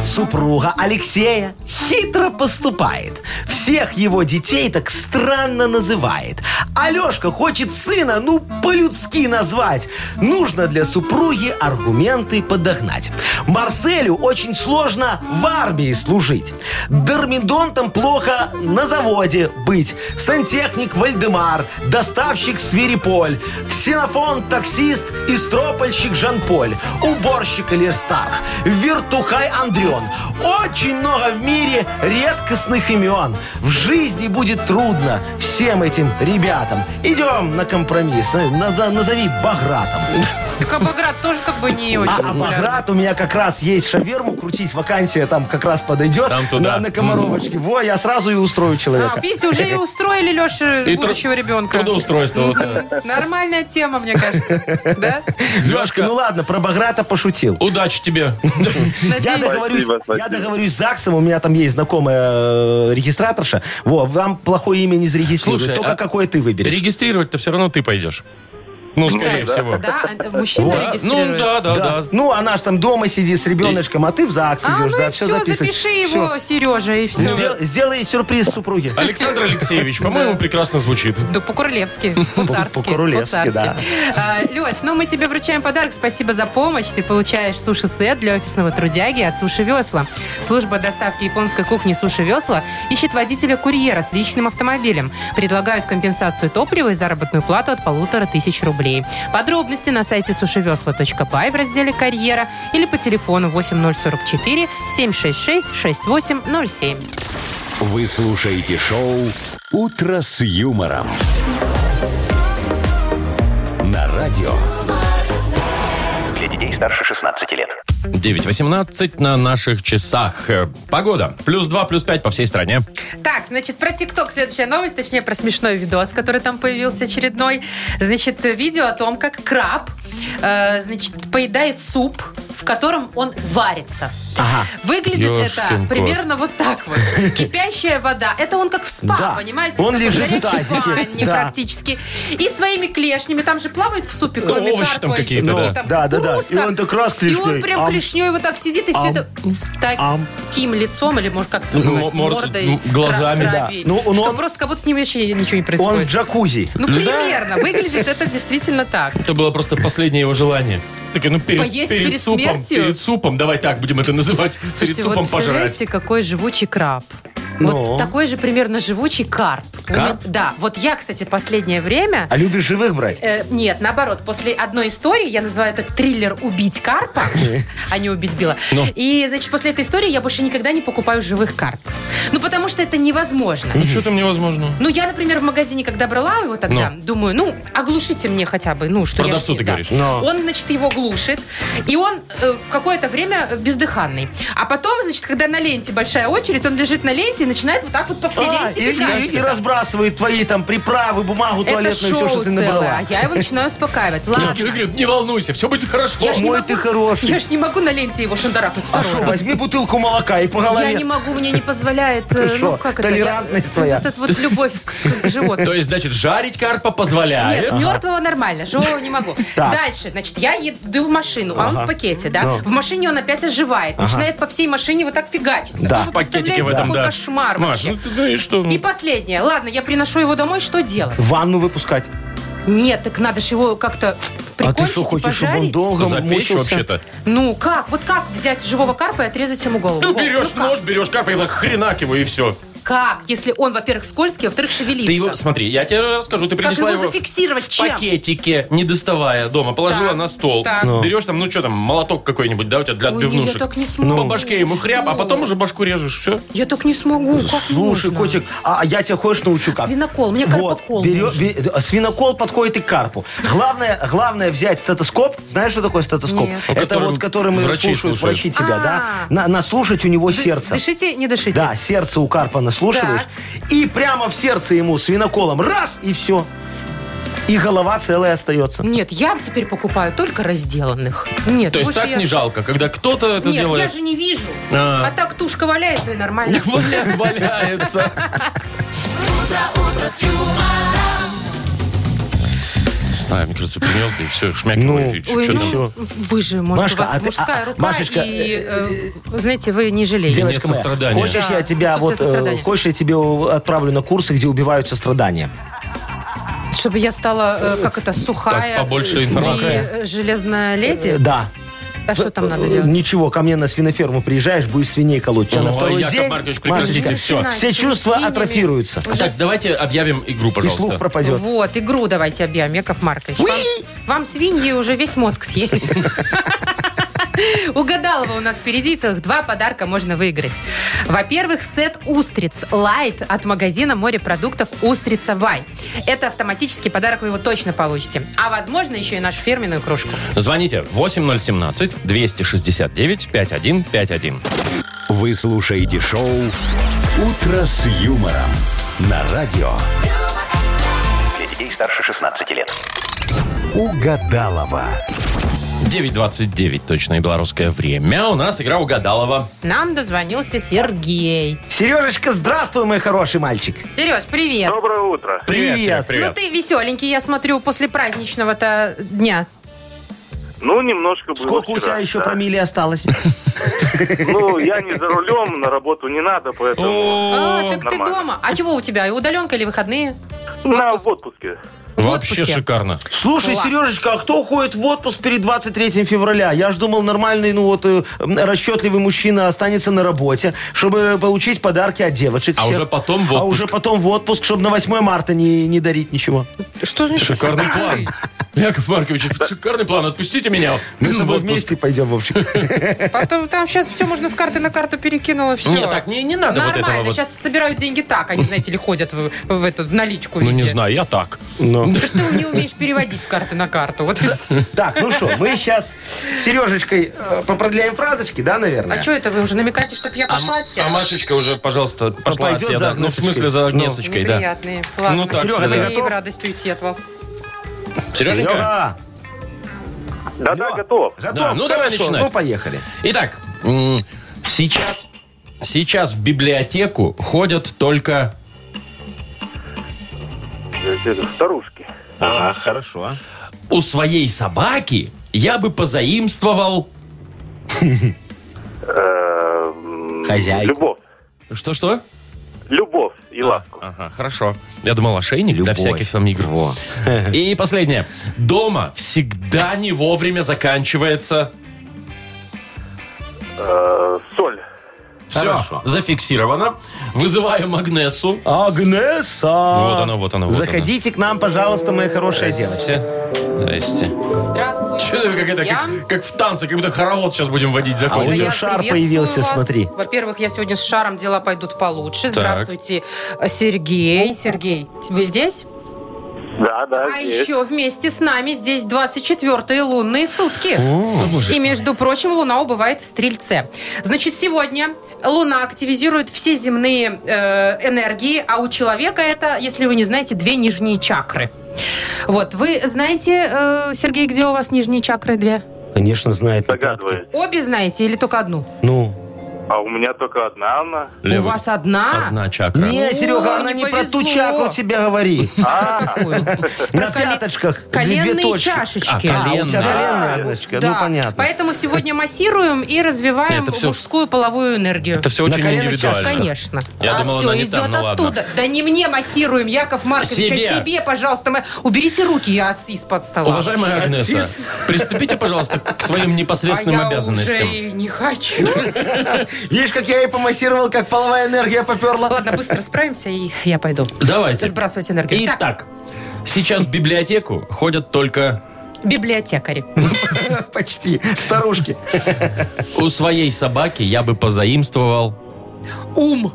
S4: Супруга Алексея хитро поступает. Всех его детей так странно называет. Алешка хочет сына, ну, по-людски назвать. Нужно для супруги аргументы подогнать. Марселю очень сложно в армии служить. Дормидонтом плохо на заводе быть. Сантехник Вальдемар, доставщик Свириполь, ксенофон таксист и стропольщик Жан-Поль, уборщик Элерстарх, вертухай Андрен. Очень много в мире редкостных имен. В жизни будет трудно всем этим ребятам. Идем на компромисс. Э, наза- Назови Багратом.
S3: Так а Баграт тоже как бы не очень
S4: А, а
S3: популярный.
S4: Баграт у меня как раз есть шаверму крутить, вакансия там как раз подойдет.
S2: Там туда.
S4: На, на комаровочке. Во, я сразу и устрою человека.
S3: А, видите, уже и устроили Леша
S2: И тру-
S3: будущего ребенка.
S2: трудоустройство, вот.
S3: Мгм. Нормальная тема, мне кажется. Да?
S4: Лешка, ну ладно, про Баграта пошутил.
S2: Удачи тебе.
S4: Я
S3: Надеюсь.
S4: договорюсь,
S7: Спасибо, спасибо.
S4: я договорюсь с ЗАГСом, у меня там есть знакомая э, регистраторша. Во, вам плохое имя не зарегистрируют,
S2: Слушай,
S4: только
S2: а
S4: какое ты выберешь.
S2: Регистрировать-то все равно ты пойдешь. Ну, скорее
S7: да.
S2: всего.
S3: Да, а мужчина
S2: Да? Ну,
S3: регистрирует.
S2: да, да, да.
S4: Ну, она ж там дома сидит с ребеночком, а ты в ЗАГС
S3: А,
S4: идешь,
S3: ну
S4: да,
S3: и
S4: все
S3: все,
S4: записывать.
S3: запиши его, Сережа, и
S4: Всё.
S3: все.
S4: Сдел- Сделай сюрприз супруге.
S2: Александр Алексеевич, по-моему, прекрасно звучит.
S3: Да по-королевски, по-царски.
S4: По-королевски, да.
S3: Леш, ну мы тебе вручаем подарок. Спасибо за помощь. Ты получаешь суши-сет для офисного трудяги от Суши Весла. Служба доставки японской кухни Суши Весла ищет водителя-курьера с личным автомобилем. Предлагают компенсацию топлива и заработную плату от полутора тысяч рублей. Подробности на сайте сушевесла.бай в разделе «Карьера» или по телефону 8044 766 6807.
S1: Вы слушаете шоу «Утро с юмором». На радио.
S9: Для детей старше 16 лет.
S2: 9.18 на наших часах. Э, Погода. Плюс 2, плюс 5 по всей стране.
S3: Так, значит, про ТикТок следующая новость, точнее, про смешной видос, который там появился очередной. Значит, видео о том, как краб, э, значит, поедает суп, в котором он варится.
S4: Ага.
S3: Выглядит это
S2: Ёшкин кот.
S3: примерно вот так вот. Кипящая вода. Это он как в спа,
S4: Да.
S3: понимаете?
S4: Он
S3: Такой
S4: лежит
S3: горячей
S4: в тазике.
S3: ванне
S4: Да.
S3: практически. И своими клешнями. Там же плавает в супе, кроме
S2: овощи там
S3: карпа и
S2: какие-то,
S3: всего
S2: да.
S3: там.
S4: Да, да, да.
S3: Кукурузка.
S4: И он так раз
S3: И он
S4: клешней.
S3: прям
S4: Ам.
S3: клешней вот так сидит, и все
S4: Ам.
S3: это с
S4: Ам.
S3: таким лицом, или, может, как это
S2: Ну,
S3: называется,
S2: мор-
S3: мордой.
S2: м, глазами,
S3: кра-
S2: да.
S3: крабей.
S4: Ну, он-
S3: Что
S4: он-
S3: просто как будто с ним вообще ничего не
S4: Он в
S3: происходит.
S4: джакузи.
S3: Ну,
S2: Да.
S3: примерно. Выглядит это действительно так.
S2: Это было просто последнее его желание. Такие, ну, перед,
S3: Поесть перед
S2: супом,
S3: смертью?
S2: перед супом, давай так будем это называть,
S3: Слушайте,
S2: перед супом
S3: вот
S2: пожрать.
S3: представляете, какой живучий краб.
S4: Ну.
S3: Вот такой же примерно живучий карп.
S2: Карп?
S3: Да. Вот я, кстати, последнее время...
S4: А любишь живых брать?
S3: э, нет, наоборот, после одной истории, я называю это триллер «Убить карпа», а не «Убить Билла».
S2: Ну.
S3: И, значит, после этой истории я больше никогда не покупаю живых карпов. Ну, потому что это невозможно.
S2: Ну, что там невозможно?
S3: Ну, я, например, в магазине, когда брала его тогда, думаю, ну, оглушите мне хотя бы, ну, что я ж
S2: Продавцу
S3: не-
S2: ты
S3: да.
S2: говоришь.
S4: Но.
S3: Он, значит, его глушит, и он э, в какое-то время э, бездыханный. А потом, значит, когда на ленте большая очередь, он лежит на ленте и начинает вот так вот по всей
S4: А,
S3: ленте
S4: и, и- и
S3: пикачиться.
S4: разбрасывает твои там приправы, бумагу
S3: Это
S4: туалетную,
S3: шоу
S4: все, что ты
S3: целое,
S4: набрала.
S3: а я его начинаю успокаивать. Ладно.
S2: Я говорю, не волнуйся, все будет хорошо.
S3: Я ж не
S4: Мой
S3: могу-
S4: ты хороший.
S3: Я же не могу на ленте его шандарахнуть
S4: А
S3: второй
S4: что,
S3: раз.
S4: возьми бутылку молока и по голове.
S3: Я не могу, мне не позволяет... э,
S4: Ты
S3: ну,
S4: шо,
S3: как это?
S4: толерантность
S3: я-
S4: твоя.
S3: Вот эта вот любовь к, к животным.
S2: То есть, значит, жарить карпа
S3: Нет,
S2: позволяет.
S3: мертвого нормально, живого не могу.
S4: Так.
S3: Дальше, значит, я еду в машину, а он в пакете, да? В машине он опять оживает, начинает по всей машине вот так фигачиться.
S4: Да.
S3: Ну, вы
S2: В пакетике
S3: представляете,
S2: в этом,
S3: какой
S2: да.
S3: кошмар
S2: Маш, ну
S3: вообще.
S2: ты, ну и что?
S3: И последнее. Ладно, я приношу его домой, что делать?
S4: В Ванну выпускать.
S3: Нет, так надо же его как-то
S4: А
S3: прикончить
S4: ты что,
S3: и
S4: хочешь, чтобы он
S3: пожарить.
S4: долго
S2: Запечь
S4: мучился?
S2: вообще-то.
S3: Ну как? Вот как взять живого карпа и отрезать ему голову?
S2: Ну,
S3: Во,
S2: берешь
S3: ну как?
S2: нож, берешь карпа и так хренак его, и все.
S3: как, если он, во-первых, скользкий, а во-вторых, шевелится?
S2: Ты его, смотри, я тебе расскажу, ты
S3: как
S2: принесла
S3: его
S2: его
S3: зафиксировать?
S2: в
S3: Чем?
S2: пакетике, не доставая дома, положила
S3: Так,
S2: на стол.
S3: так.
S2: Ну. Берешь там, ну что там, молоток какой-нибудь, да, у тебя для
S3: Ой,
S2: отбивнушек.
S3: я так не смогу. Ну
S2: По башке ему
S3: Что?
S2: хряб, а потом уже башку режешь, все.
S3: Я так не смогу. Как
S4: Слушай,
S3: можно?
S4: котик, а я тебя хочешь научу как?
S3: Свинокол, мне карпокол
S4: берё-
S3: нужен.
S4: бе- э, свинокол подходит и к карпу. Главное, главное взять стетоскоп. Знаешь, что такое стетоскоп?
S3: Нет.
S4: Это
S2: Которым
S4: вот, Ну, который мы
S2: врачи
S4: слушают,
S2: слушают.
S4: врачи тебя, да?
S3: А.
S4: На- наслушать у него
S3: Ды-
S4: сердце.
S3: Дышите, не дышите.
S4: Да, сердце у карпа наслушиваешь. И прямо в сердце ему свиноколом раз, и все. И голова целая остается.
S3: Нет, я теперь покупаю только разделанных. Нет,
S2: То есть
S3: больше
S2: так
S3: я-
S2: не жалко, когда кто-то это
S3: Нет, я
S2: делает.
S3: же не вижу.
S2: А.
S3: А, так тушка валяется и нормально.
S2: Валя- Валяется. Знаю, мне кажется, принес, да и все, шмяк
S4: Ну.
S2: его, и
S3: Ой,
S2: чё
S3: ну,
S2: там.
S3: вы же, может,
S4: Машка,
S3: у вас
S4: а ты-
S3: мужская
S4: а,
S3: рука,
S4: Машечка,
S3: и, э, знаете, вы не жалеете.
S4: Девочка моя,
S2: сострадания.
S4: хочешь,
S3: Да,
S4: я тебя вот,
S3: отсутствие
S4: э,
S3: сострадания.
S4: хочешь, я тебе отправлю на курсы, где убивают сострадание?
S3: Чтобы я стала, э, как это, сухая
S2: Так, побольше информации.
S3: и э, железная леди?
S4: Да.
S3: А что там надо
S4: Э,
S3: делать?
S4: Ничего, ко мне на свиноферму приезжаешь, будешь свиней колоть. У тебя на
S2: Ой,
S4: второй
S2: Ну, Яков
S4: день,
S2: Маркович,
S4: Машечка,
S2: прекратите все.
S4: все чувства
S3: Свиньями.
S4: атрофируются.
S2: Так, давайте объявим игру,
S4: И слух
S2: пожалуйста.
S4: пропадет.
S3: Вот, игру давайте объявим, Яков Маркович. Вам, вам свиньи уже весь мозг съели. Угадалова у нас впереди, и целых два подарка можно выиграть. Во-первых, сет устриц лайт от магазина морепродуктов «Устрица Вай». Это автоматический подарок, вы его точно получите. А возможно, еще и нашу фирменную кружку.
S2: Звоните 8017-269-5151.
S1: Вы слушаете шоу «Утро с юмором» на радио
S9: Для детей старше 16 лет.
S1: «Угадалова».
S2: 9.29, точное белорусское время. У нас игра угадалова.
S3: Нам дозвонился Сергей.
S4: Сережечка, здравствуй, мой хороший мальчик.
S3: Сереж, привет.
S7: Доброе утро.
S2: Привет,
S4: Привет.
S2: Серег,
S3: Ну
S2: привет.
S3: ты веселенький, я смотрю, после праздничного-то дня.
S7: Ну, немножко было
S4: Сколько у
S7: вчера,
S4: тебя еще
S7: да.
S4: промилле осталось?
S7: Ну, я не за рулем, на работу не надо,
S2: Ну,
S7: поэтому
S3: А, так ты
S7: нормально.
S3: дома. А чего у тебя? Удаленка или выходные?
S7: на
S3: отпуск.
S7: в отпуске.
S3: В
S2: Вообще
S3: отпуске.
S2: шикарно.
S4: Слушай,
S3: Класс.
S4: Сережечка, а кто уходит в отпуск перед 23 февраля? Я ж думал, нормальный, ну вот, э, м, расчетливый мужчина останется на работе, чтобы получить подарки от девочек
S2: А
S4: всех.
S2: уже потом в
S4: А
S2: отпуск.
S4: уже потом в отпуск, чтобы на 8 марта не, не дарить ничего.
S3: Что значит?
S2: Шикарный план. Яков Маркович, шикарный план. Отпустите меня. Ну,
S4: Мы с
S2: в
S4: тобой
S2: отпуск.
S4: вместе пойдем, Вовчик.
S3: Потом А там сейчас все можно с карты на карту перекинуло, все.
S2: Не, так не, не надо вот
S3: Нормально,
S2: этого вот.
S3: сейчас собирают деньги так, они, знаете ли, ходят в, в эту, в наличку
S2: Ну
S3: везде.
S2: не знаю, я так.
S3: Потому что ты не умеешь переводить с карты на карту. Вот и всё.
S4: Так, ну что, мы сейчас с Сережечкой э, попродляем фразочки, да, наверное?
S3: А что это вы уже намекаете, чтобы я
S2: А,
S3: пошла
S2: М-
S3: от себя?
S2: а Машечка уже, пожалуйста, пошла от
S4: Пойдет
S2: себя.
S4: за
S2: да. Ну, в
S4: Агнесочкой.
S2: смысле, за
S4: Ну.
S2: Агнесочкой, да.
S3: Неприятные. Ладно.
S2: Ну так,
S4: Серега,
S2: себе.
S4: ты
S3: Мне и в
S4: готов?
S3: радость уйти от вас.
S2: Сереженька?
S4: Серега,
S7: Да-да,
S4: Лёва,
S7: готов.
S4: Готов?
S2: Да, ну давай
S4: Хорошо,
S2: начинать.
S4: Ну, поехали.
S2: Итак, м, сейчас, сейчас в библиотеку ходят только...
S7: Старушки.
S4: Ага, хорошо.
S2: У своей собаки я бы позаимствовал...
S7: Эм,
S4: Хозяйку.
S7: Любовь.
S2: Что-что?
S7: Любовь и ласку.
S2: Ага, хорошо. Я думал, ошейник для
S4: Любовь.
S2: всяких там игр. И последнее. Дома всегда не вовремя заканчивается...
S7: Э, Соль.
S2: Все,
S4: Хорошо.
S2: зафиксировано. Вызываем Агнесу.
S4: Агнеса!
S2: Вот она, вот она, вот
S4: Заходите к нам, пожалуйста, моя хорошая
S2: она.
S4: девочка.
S2: Здрасте. Здрасте.
S3: Здравствуйте,
S2: Чё это как, это,
S3: друзья.
S2: как, как в танце, как будто хоровод сейчас будем водить за
S4: А у
S3: Это
S4: нее
S3: я
S2: комнату.
S4: шар
S3: приветствую
S4: появился,
S3: вас.
S4: смотри.
S3: Во-первых, я сегодня с шаром дела пойдут получше. Здравствуйте, Сергей. Сергей, вы здесь?
S7: Да, да,
S3: А
S7: есть.
S3: еще вместе с нами здесь 24-е лунные сутки. И, между прочим, Луна убывает в Стрельце. Значит, сегодня Луна активизирует все земные э, энергии, а у человека это, если вы не знаете, две нижние чакры. Вот, вы знаете, э, Сергей, где у вас нижние чакры две?
S4: Конечно, знает.
S7: Догадываюсь.
S3: Обе знаете или только одну?
S4: Ну.
S7: А у меня только одна она.
S2: Левый.
S3: У вас одна?
S2: Одна чакра.
S4: Не,
S3: Ну,
S4: Серега, она
S3: не
S4: не про ту
S3: повезло.
S4: чакру тебе говорит.
S7: А,
S3: Ой.
S4: На
S3: коле-
S4: пяточках две- две
S3: Коленные
S4: точки.
S3: чашечки.
S2: А,
S4: А, у тебя
S2: Коленная.
S4: коленная, Агнесочка, ну
S3: Да.
S4: понятно.
S3: Поэтому сегодня массируем и развиваем
S2: Это всё-
S3: мужскую половую энергию.
S2: Это все
S4: На
S2: очень
S4: коленных
S2: индивидуально.
S4: чашках.
S3: Конечно.
S2: Я думал,
S3: все
S2: она не
S3: идет
S2: там, ну ладно.
S3: оттуда. Да не мне массируем, Яков Маркович,
S2: Себе.
S3: а себе, пожалуйста. мы- Уберите руки я от- из-под стола.
S2: Уважаемая Агнеса, приступите, пожалуйста, к своим
S3: а
S2: непосредственным
S3: я
S2: обязанностям.
S3: уже и не хочу.
S4: Видишь, как я ей помассировал, как половая энергия поперла?
S3: Ладно, быстро справимся, и я пойду.
S2: Давайте.
S3: Сбрасывать энергию.
S2: Итак, сейчас в библиотеку ходят только
S3: библиотекари.
S4: Почти. Старушки.
S2: у своей собаки я бы позаимствовал.
S3: Ум.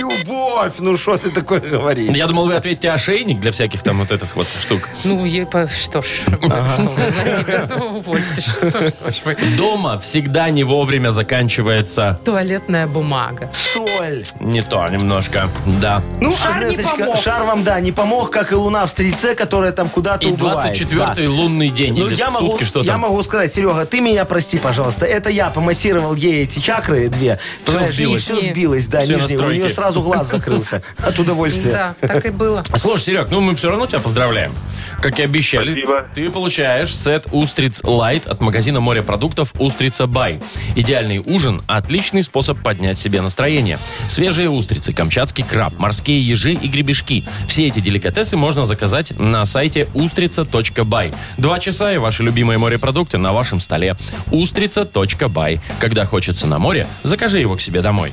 S4: Любовь, ну что ты такое говоришь?
S2: Я думал, вы ответите ошейник для всяких там вот этих вот штук.
S3: Ну, ей по- что ж. Что вы, Владимир, ну, увольте. ж, Что, ж- что ж вы.
S2: Дома всегда не вовремя заканчивается.
S3: Туалетная бумага.
S4: Соль.
S2: Не то немножко, да.
S4: Ну,
S3: Шар не
S4: Агнесочка,
S3: помог.
S4: шар вам, да, не помог, как и луна в стрельце, которая там куда-то
S2: И
S4: убывает.
S2: 24-й
S4: Да.
S2: лунный день
S4: Ну,
S2: или
S4: я
S2: сутки,
S4: могу,
S2: что
S4: я
S2: там.
S4: могу сказать, Серега, ты меня прости, пожалуйста. Это я помассировал ей эти чакры две. Понимаешь,
S2: сбилось.
S4: И все сбилось, да,
S2: Все
S4: нижние. У нее
S2: настройки.
S4: сразу глаз закрылся от удовольствия.
S3: Да, так и было.
S2: Слушай, Серег, ну мы все равно тебя поздравляем. Как и обещали,
S7: Спасибо.
S2: ты получаешь сет «Устриц Лайт» от магазина морепродуктов «Устрица Бай». Идеальный ужин – отличный способ поднять себе настроение. Свежие устрицы, камчатский краб, морские ежи и гребешки. Все эти деликатесы можно заказать на сайте устрица.бай. Два часа и ваши любимые морепродукты на вашем столе. устрица.бай. Когда хочется на море, закажи его к себе домой.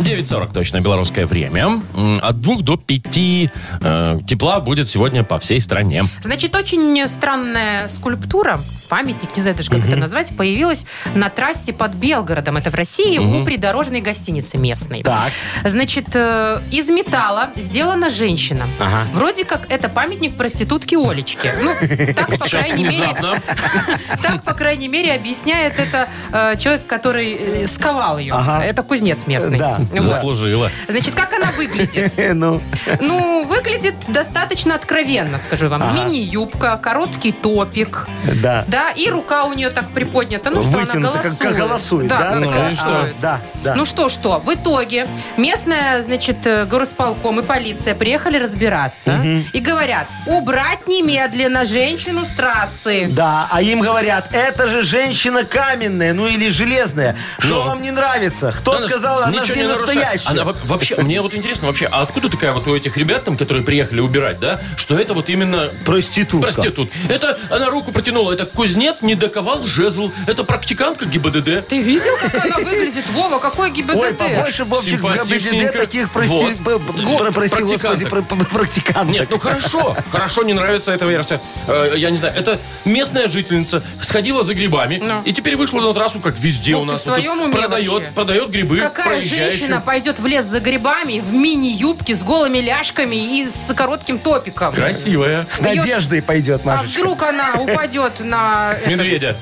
S2: 9.40 точно белорусское время. М, От 2 до 5 э, тепла будет сегодня по всей стране.
S3: Значит, очень странная скульптура, памятник, не знаю даже, как это назвать, появилась на трассе под Белгородом. Это в России у придорожной гостиницы местной.
S4: Так.
S3: Значит, э, из металла сделана женщина.
S4: Ага.
S3: Вроде как это памятник проститутке Олечке. Ну, так, по
S2: Сейчас
S3: крайней мере,
S2: внезапно.
S3: так, по крайней мере, объясняет это э, человек, который э, сковал ее.
S4: Ага.
S3: Это кузнец местный.
S4: Да.
S3: Вот.
S2: Заслужила.
S3: Значит, как она выглядит?
S4: Э, Ну,
S3: Ну, выглядит достаточно откровенно, скажу вам. Мини-юбка, короткий топик.
S4: да.
S3: Да, и рука у нее так приподнята. Ну что, она
S4: Вытянута,
S3: голосует.
S4: как, как голосует, да?
S3: как
S2: Ну, и
S4: такая?
S3: голосует.
S4: А, Да, да.
S3: Ну что, что, в итоге местная, значит, э, горосполком и полиция приехали разбираться и говорят, убрать немедленно женщину с трассы.
S4: Да, а им говорят, это же женщина каменная, ну или железная.
S2: Ну.
S4: Что вам не нравится? Кто
S2: Она ж
S4: сказал, она же
S2: ничего
S4: не
S2: нарушает.
S4: настоящая?
S2: Она во- вообще, мне вот интересно, вообще, а откуда такая вот у этих ребят там, которые приехали убирать, да, что это вот именно
S4: Проститутка.
S2: проститут. Это она руку протянула, это кузнец не доковал жезл, это практикантка ГИБДД.
S3: Ты видел, как она выглядит? Вова, какой ГИБДД?
S4: Ой, побольше, Вовчик, в
S2: Симпатичненько.
S4: ГБДД таких, прости,
S2: Вот.
S4: б- б-
S2: Го-
S4: про- прости, господи,
S2: практиканток.
S4: про- про- практиканток.
S2: Нет, ну хорошо, хорошо, не нравится эта версия. Э, я не знаю, это местная жительница сходила за грибами
S3: Ну.
S2: и теперь вышла на трассу, как везде
S3: Ну,
S2: у
S3: ты
S2: нас.
S3: в
S2: тут
S3: своем уме вообще?
S2: продает, продает грибы
S3: Какая
S2: проезжающим.
S3: женщина пойдет в лес за грибами в мини-юбке с голыми ляжками и с коротким топиком?
S2: Красивая.
S4: С
S3: Её ж-
S4: надеждой пойдет,
S3: А
S4: Машечка.
S3: вдруг она упадет на... это-
S2: Медведя.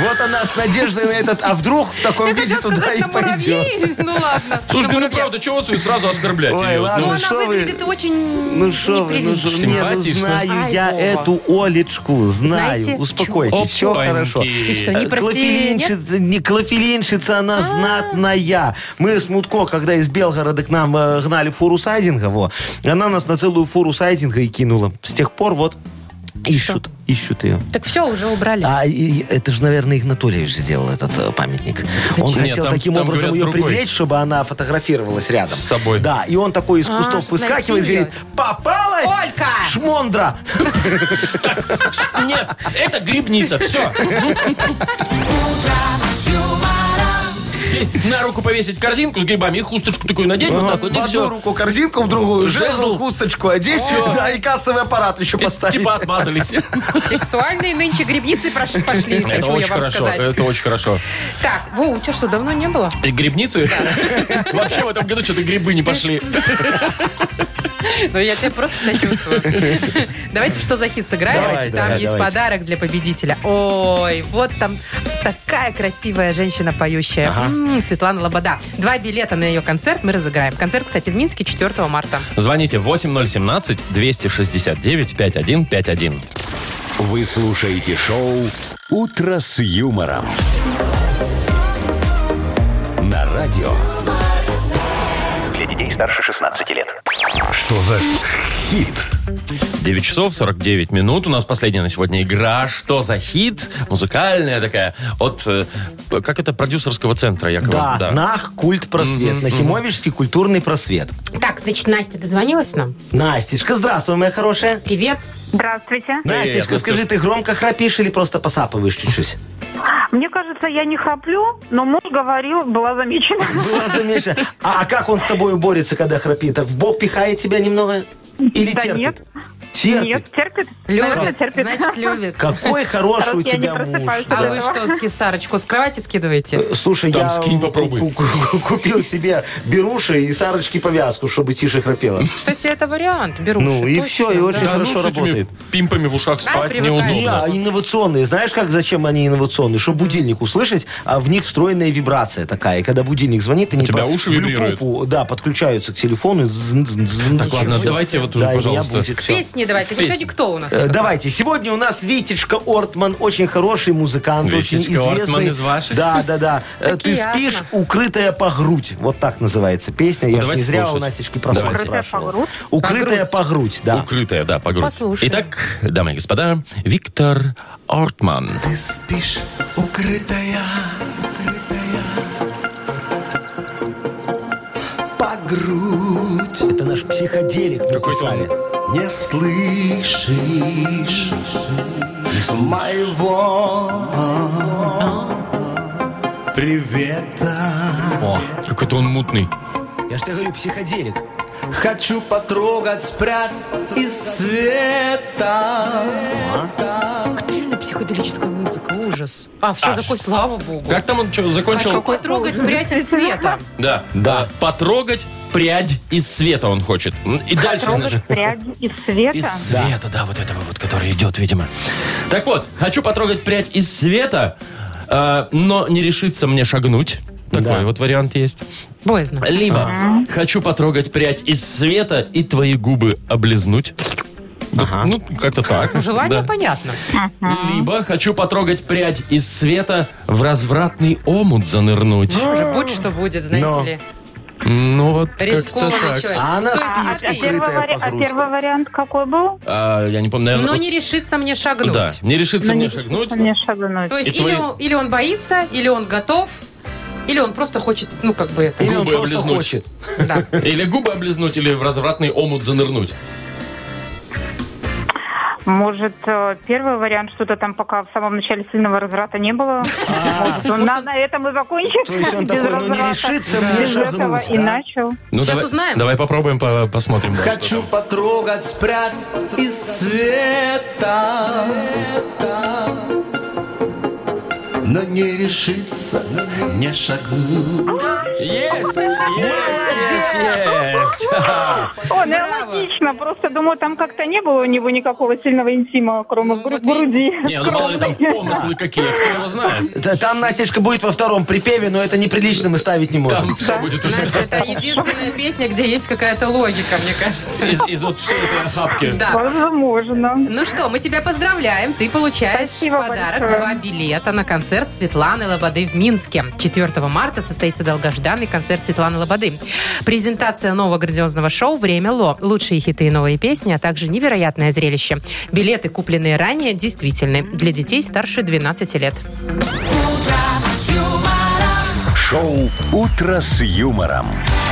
S4: Вот она с надеждой на этот, а вдруг в таком
S3: Я
S4: виде
S3: хотела
S4: туда
S3: сказать,
S4: и
S3: на
S4: пойдет.
S3: муравьи. Ну ладно.
S2: Слушай,
S3: На
S2: ну
S3: муравья.
S2: правда, чего вы сразу оскорблять
S4: Ой,
S2: ее?
S4: ладно.
S3: Ну
S4: Ну,
S3: она
S4: шо вы-
S3: выглядит очень
S4: Ну что вы, ну
S3: неприлично.
S4: что, не, ну
S2: Симпатично.
S4: знаю
S3: Ай,
S4: я
S3: Вова.
S4: эту Олечку, знаю.
S3: Знаете,
S4: Успокойтесь, все
S2: Опаньки.
S4: хорошо.
S3: И что, не
S4: Э,
S3: прости, А. нет?
S4: клофелинщица, не клофелинщица, она знатная. Мы с Мутко, когда из Белгорода к нам э, гнали фуру сайдинга, во, она нас на целую фуру сайдинга и кинула. С тех пор вот ищут, ищут ее.
S3: Так все, уже убрали.
S4: А и- и это же, наверное, Игнатольевич сделал этот э, памятник. Он
S2: Нет,
S4: хотел
S2: там-
S4: таким
S2: там,
S4: образом
S2: говорят,
S4: ее
S2: другой.
S4: привлечь, чтобы она фотографировалась рядом.
S2: С собой.
S4: Да, и он такой из
S3: А,
S4: кустов
S3: чтобы
S4: выскакивает и
S3: найти
S4: говорит, попалась,
S3: Олька!»
S4: шмондра.
S2: Нет, это грибница, все. На руку повесить корзинку с грибами и хусточку такую надеть, вот Ну, так вот,
S4: Ну, в
S2: и
S4: одну
S2: все.
S4: руку корзинку, в другую
S2: Жезл.
S4: жезл, кусточку одеть, да, и кассовый аппарат еще поставить.
S2: Типа отмазались.
S3: Сексуальные нынче грибницы прош- пошли,
S2: Это
S3: хочу я
S2: очень
S3: вам
S2: хорошо,
S3: сказать.
S2: это очень хорошо.
S3: Так, Вова, у тебя что, давно не было?
S2: И грибницы? Вообще в этом году что-то грибы не пошли.
S3: Ну, я тебя просто сочувствую. Давайте в что за хит сыграем.
S4: Давайте,
S3: там
S4: давай,
S3: есть
S4: давайте.
S3: подарок для победителя. Ой, вот там такая красивая женщина поющая. М, Светлана Лобода. Два билета на ее концерт мы разыграем. Концерт, кстати, в Минске 4 марта.
S2: Звоните 8017-269-5151.
S1: Вы слушаете шоу «Утро с юмором». На радио
S9: Для детей старше 16 лет.
S1: Что за хит?
S2: 9 часов 49 минут. У нас последняя на сегодня игра «Что за хит?» Музыкальная такая. От, э, как это, продюсерского центра, Якова?
S4: Да, нах, культ просвет. Нахимовичский культурный просвет.
S3: Так, значит, Настя дозвонилась нам.
S4: Настечка, здравствуй, моя хорошая.
S3: Привет.
S6: Здравствуйте.
S2: Привет,
S4: Настечка,
S2: Настюш.
S4: скажи, ты громко храпишь или просто посапываешь чуть-чуть?
S6: Мне кажется, я не храплю, но муж говорил, была замечена.
S4: Было замечено. А, а как он с тобой борется, когда храпит? Так в бок пихает тебя немного? Или
S6: Да
S4: терпит?
S6: нет.
S4: Терпит.
S6: Нет, терпит. Наверное,
S3: Любит.
S6: терпит.
S3: Значит, любит.
S4: Какой хороший у
S6: Короче, я не
S4: тебя муж.
S6: просыпаюсь.
S3: А
S4: да.
S3: вы что, с Сарочку с кровати скидываете?
S4: Э, Слушай,
S2: Там
S4: я
S2: скинь,
S4: ку-
S2: попробуй.
S4: ку- ку- купил себе беруши и Сарочки повязку, чтобы тише храпела.
S3: Кстати, это вариант. Беруши.
S4: Ну, и
S3: точно,
S4: всё, и очень
S2: Да, ну,
S4: хорошо
S2: с этими
S4: работает.
S2: пимпами в ушах спать
S3: привыкай.
S4: Не,
S2: неудобно.
S4: а инновационные. Знаешь, как зачем они инновационные? Чтобы будильник услышать, а в них встроенная вибрация такая. И когда будильник звонит, они
S2: У тебя
S4: по
S2: уши вибрируют?
S4: блю-пупу, да, подключаются к телефону. Так,
S2: Так, ладно, давайте вот уже, пожалуйста.
S3: Песни давайте. Ну,
S2: Песни.
S3: Сегодня кто у нас?
S4: Э, Давайте. Сегодня у нас Витечка Ортман, очень хороший музыкант, очень
S2: Витечка
S4: известный.
S2: Ортман из ваших?
S4: Да, да, да. Э,
S3: Так
S4: Ты
S3: ясно.
S4: спишь, укрытая по грудь. Вот так называется песня. Я же не
S2: Ну, давайте
S4: зря у
S2: слушать.
S4: Настечки про сон
S2: Давайте.
S6: Укрытая по
S4: спрашивал.
S6: грудь?
S4: Укрытая
S3: По
S4: по грудь, да.
S2: Укрытая, да, по грудь.
S3: Послушаем.
S2: Итак, дамы и господа, Виктор Ортман.
S8: Ты спишь, укрытая, укрытая по грудь
S4: Это наш психоделик написали.
S8: не слышишь моего привета.
S4: О,
S2: Какой-то он мутный.
S4: я же тебе говорю, психоделик.
S8: Хочу потрогать, спрятать из света.
S3: Как же на психоделическая музыка? Ужас. А, все, такой, слава богу.
S2: Как там он чё, закончил?
S3: Хочу потрогать прядь из света.
S2: Да. Да. Потрогать прядь из света он хочет. И дальше, значит,
S6: Пряди из света.
S2: Из света, да. вот этого вот, который идет, видимо. Так вот, хочу потрогать прядь из света, э, но не решится мне шагнуть. Такой вот вариант есть.
S3: Боязно.
S2: Либо хочу потрогать прядь из света и твои губы облизнуть. Вот, Ну, как-то так.
S3: Ну, Желание
S2: да.
S3: понятно.
S2: Либо хочу потрогать прядь из света в развратный омут занырнуть.
S3: Уже будь что будет,
S4: Но.
S3: знаете ли.
S2: Ну, вот как-то
S3: Рискованно
S2: так.
S3: человек.
S4: А она
S3: То есть,
S6: А, а
S3: смотри,
S6: первый,
S4: Укрытая
S6: вари-
S4: по
S6: а
S4: грудь.
S6: первый вариант какой был?
S2: А, я не помню, наверное,
S3: Но Ну, не решится мне шагнуть.
S2: да, не решится
S6: Ну,
S2: мне
S6: не-
S2: шагнуть.
S6: Мне шагнуть.
S3: То есть
S2: И
S3: или,
S2: твои-
S3: он, или он боится, или он готов, или он просто хочет, ну, как бы это,
S4: Или он
S2: Губы
S4: просто
S2: облизнуть.
S4: хочет.
S3: да.
S2: Или губы облизнуть, или в развратный омут занырнуть.
S6: Может, э, первый вариант что-то там пока в самом начале сильного разврата не было. Может, он на, на этом и закончит.
S4: А, То есть он
S6: Без
S4: такой, ну не
S6: разврата.
S4: решится мне
S6: Без этого
S4: шагнуть.
S6: и
S4: да?
S6: начал.
S2: Ну,
S3: Сейчас
S2: давай-
S3: узнаем.
S2: Давай попробуем, по- посмотрим. да, что
S8: Хочу потрогать, спрятать из света. Но не решится, не шагнуть.
S2: Есть! Есть! Есть! есть.
S6: О, ну, логично. Просто думаю, там как-то не было у него никакого сильного интима, кроме
S3: Ну,
S6: гру-
S3: вот
S6: груди.
S2: Не, ну мало ли там помыслы какие, кто его знает.
S4: Да, Там Настечка будет во втором припеве, но это неприлично, мы ставить не можем.
S2: Там все будет уже
S3: Настя, это единственная песня, где есть какая-то логика, мне кажется.
S2: из, из вот всей этой охапки.
S3: Да.
S6: Возможно.
S3: Ну что, мы тебя поздравляем. Ты получаешь
S6: Спасибо
S3: в подарок
S6: большое.
S3: два билета на концерт Светланы Лободы в Минске. 4 марта состоится долгожданный концерт Светланы Лободы. Презентация нового грандиозного шоу «Время Ло». Лучшие хиты и новые песни, а также невероятное зрелище. Билеты, купленные ранее, действительны для детей старше 12 лет.
S1: Шоу «Утро с юмором».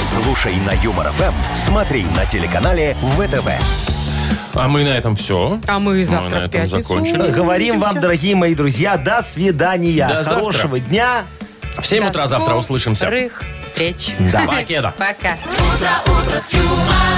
S1: Слушай на Юмор ФМ, смотри на телеканале ВТВ.
S2: А мы на этом все.
S3: А мы завтра
S2: Ну, на
S3: в
S2: этом
S3: пятницу.
S2: закончили.
S4: Говорим вам, дорогие мои друзья, до свидания.
S2: До завтра.
S4: Хорошего дня.
S2: В 7 утра завтра а услышимся.
S3: Скорых встреч.
S2: Покеда.
S3: Пока.
S10: утро с юмором.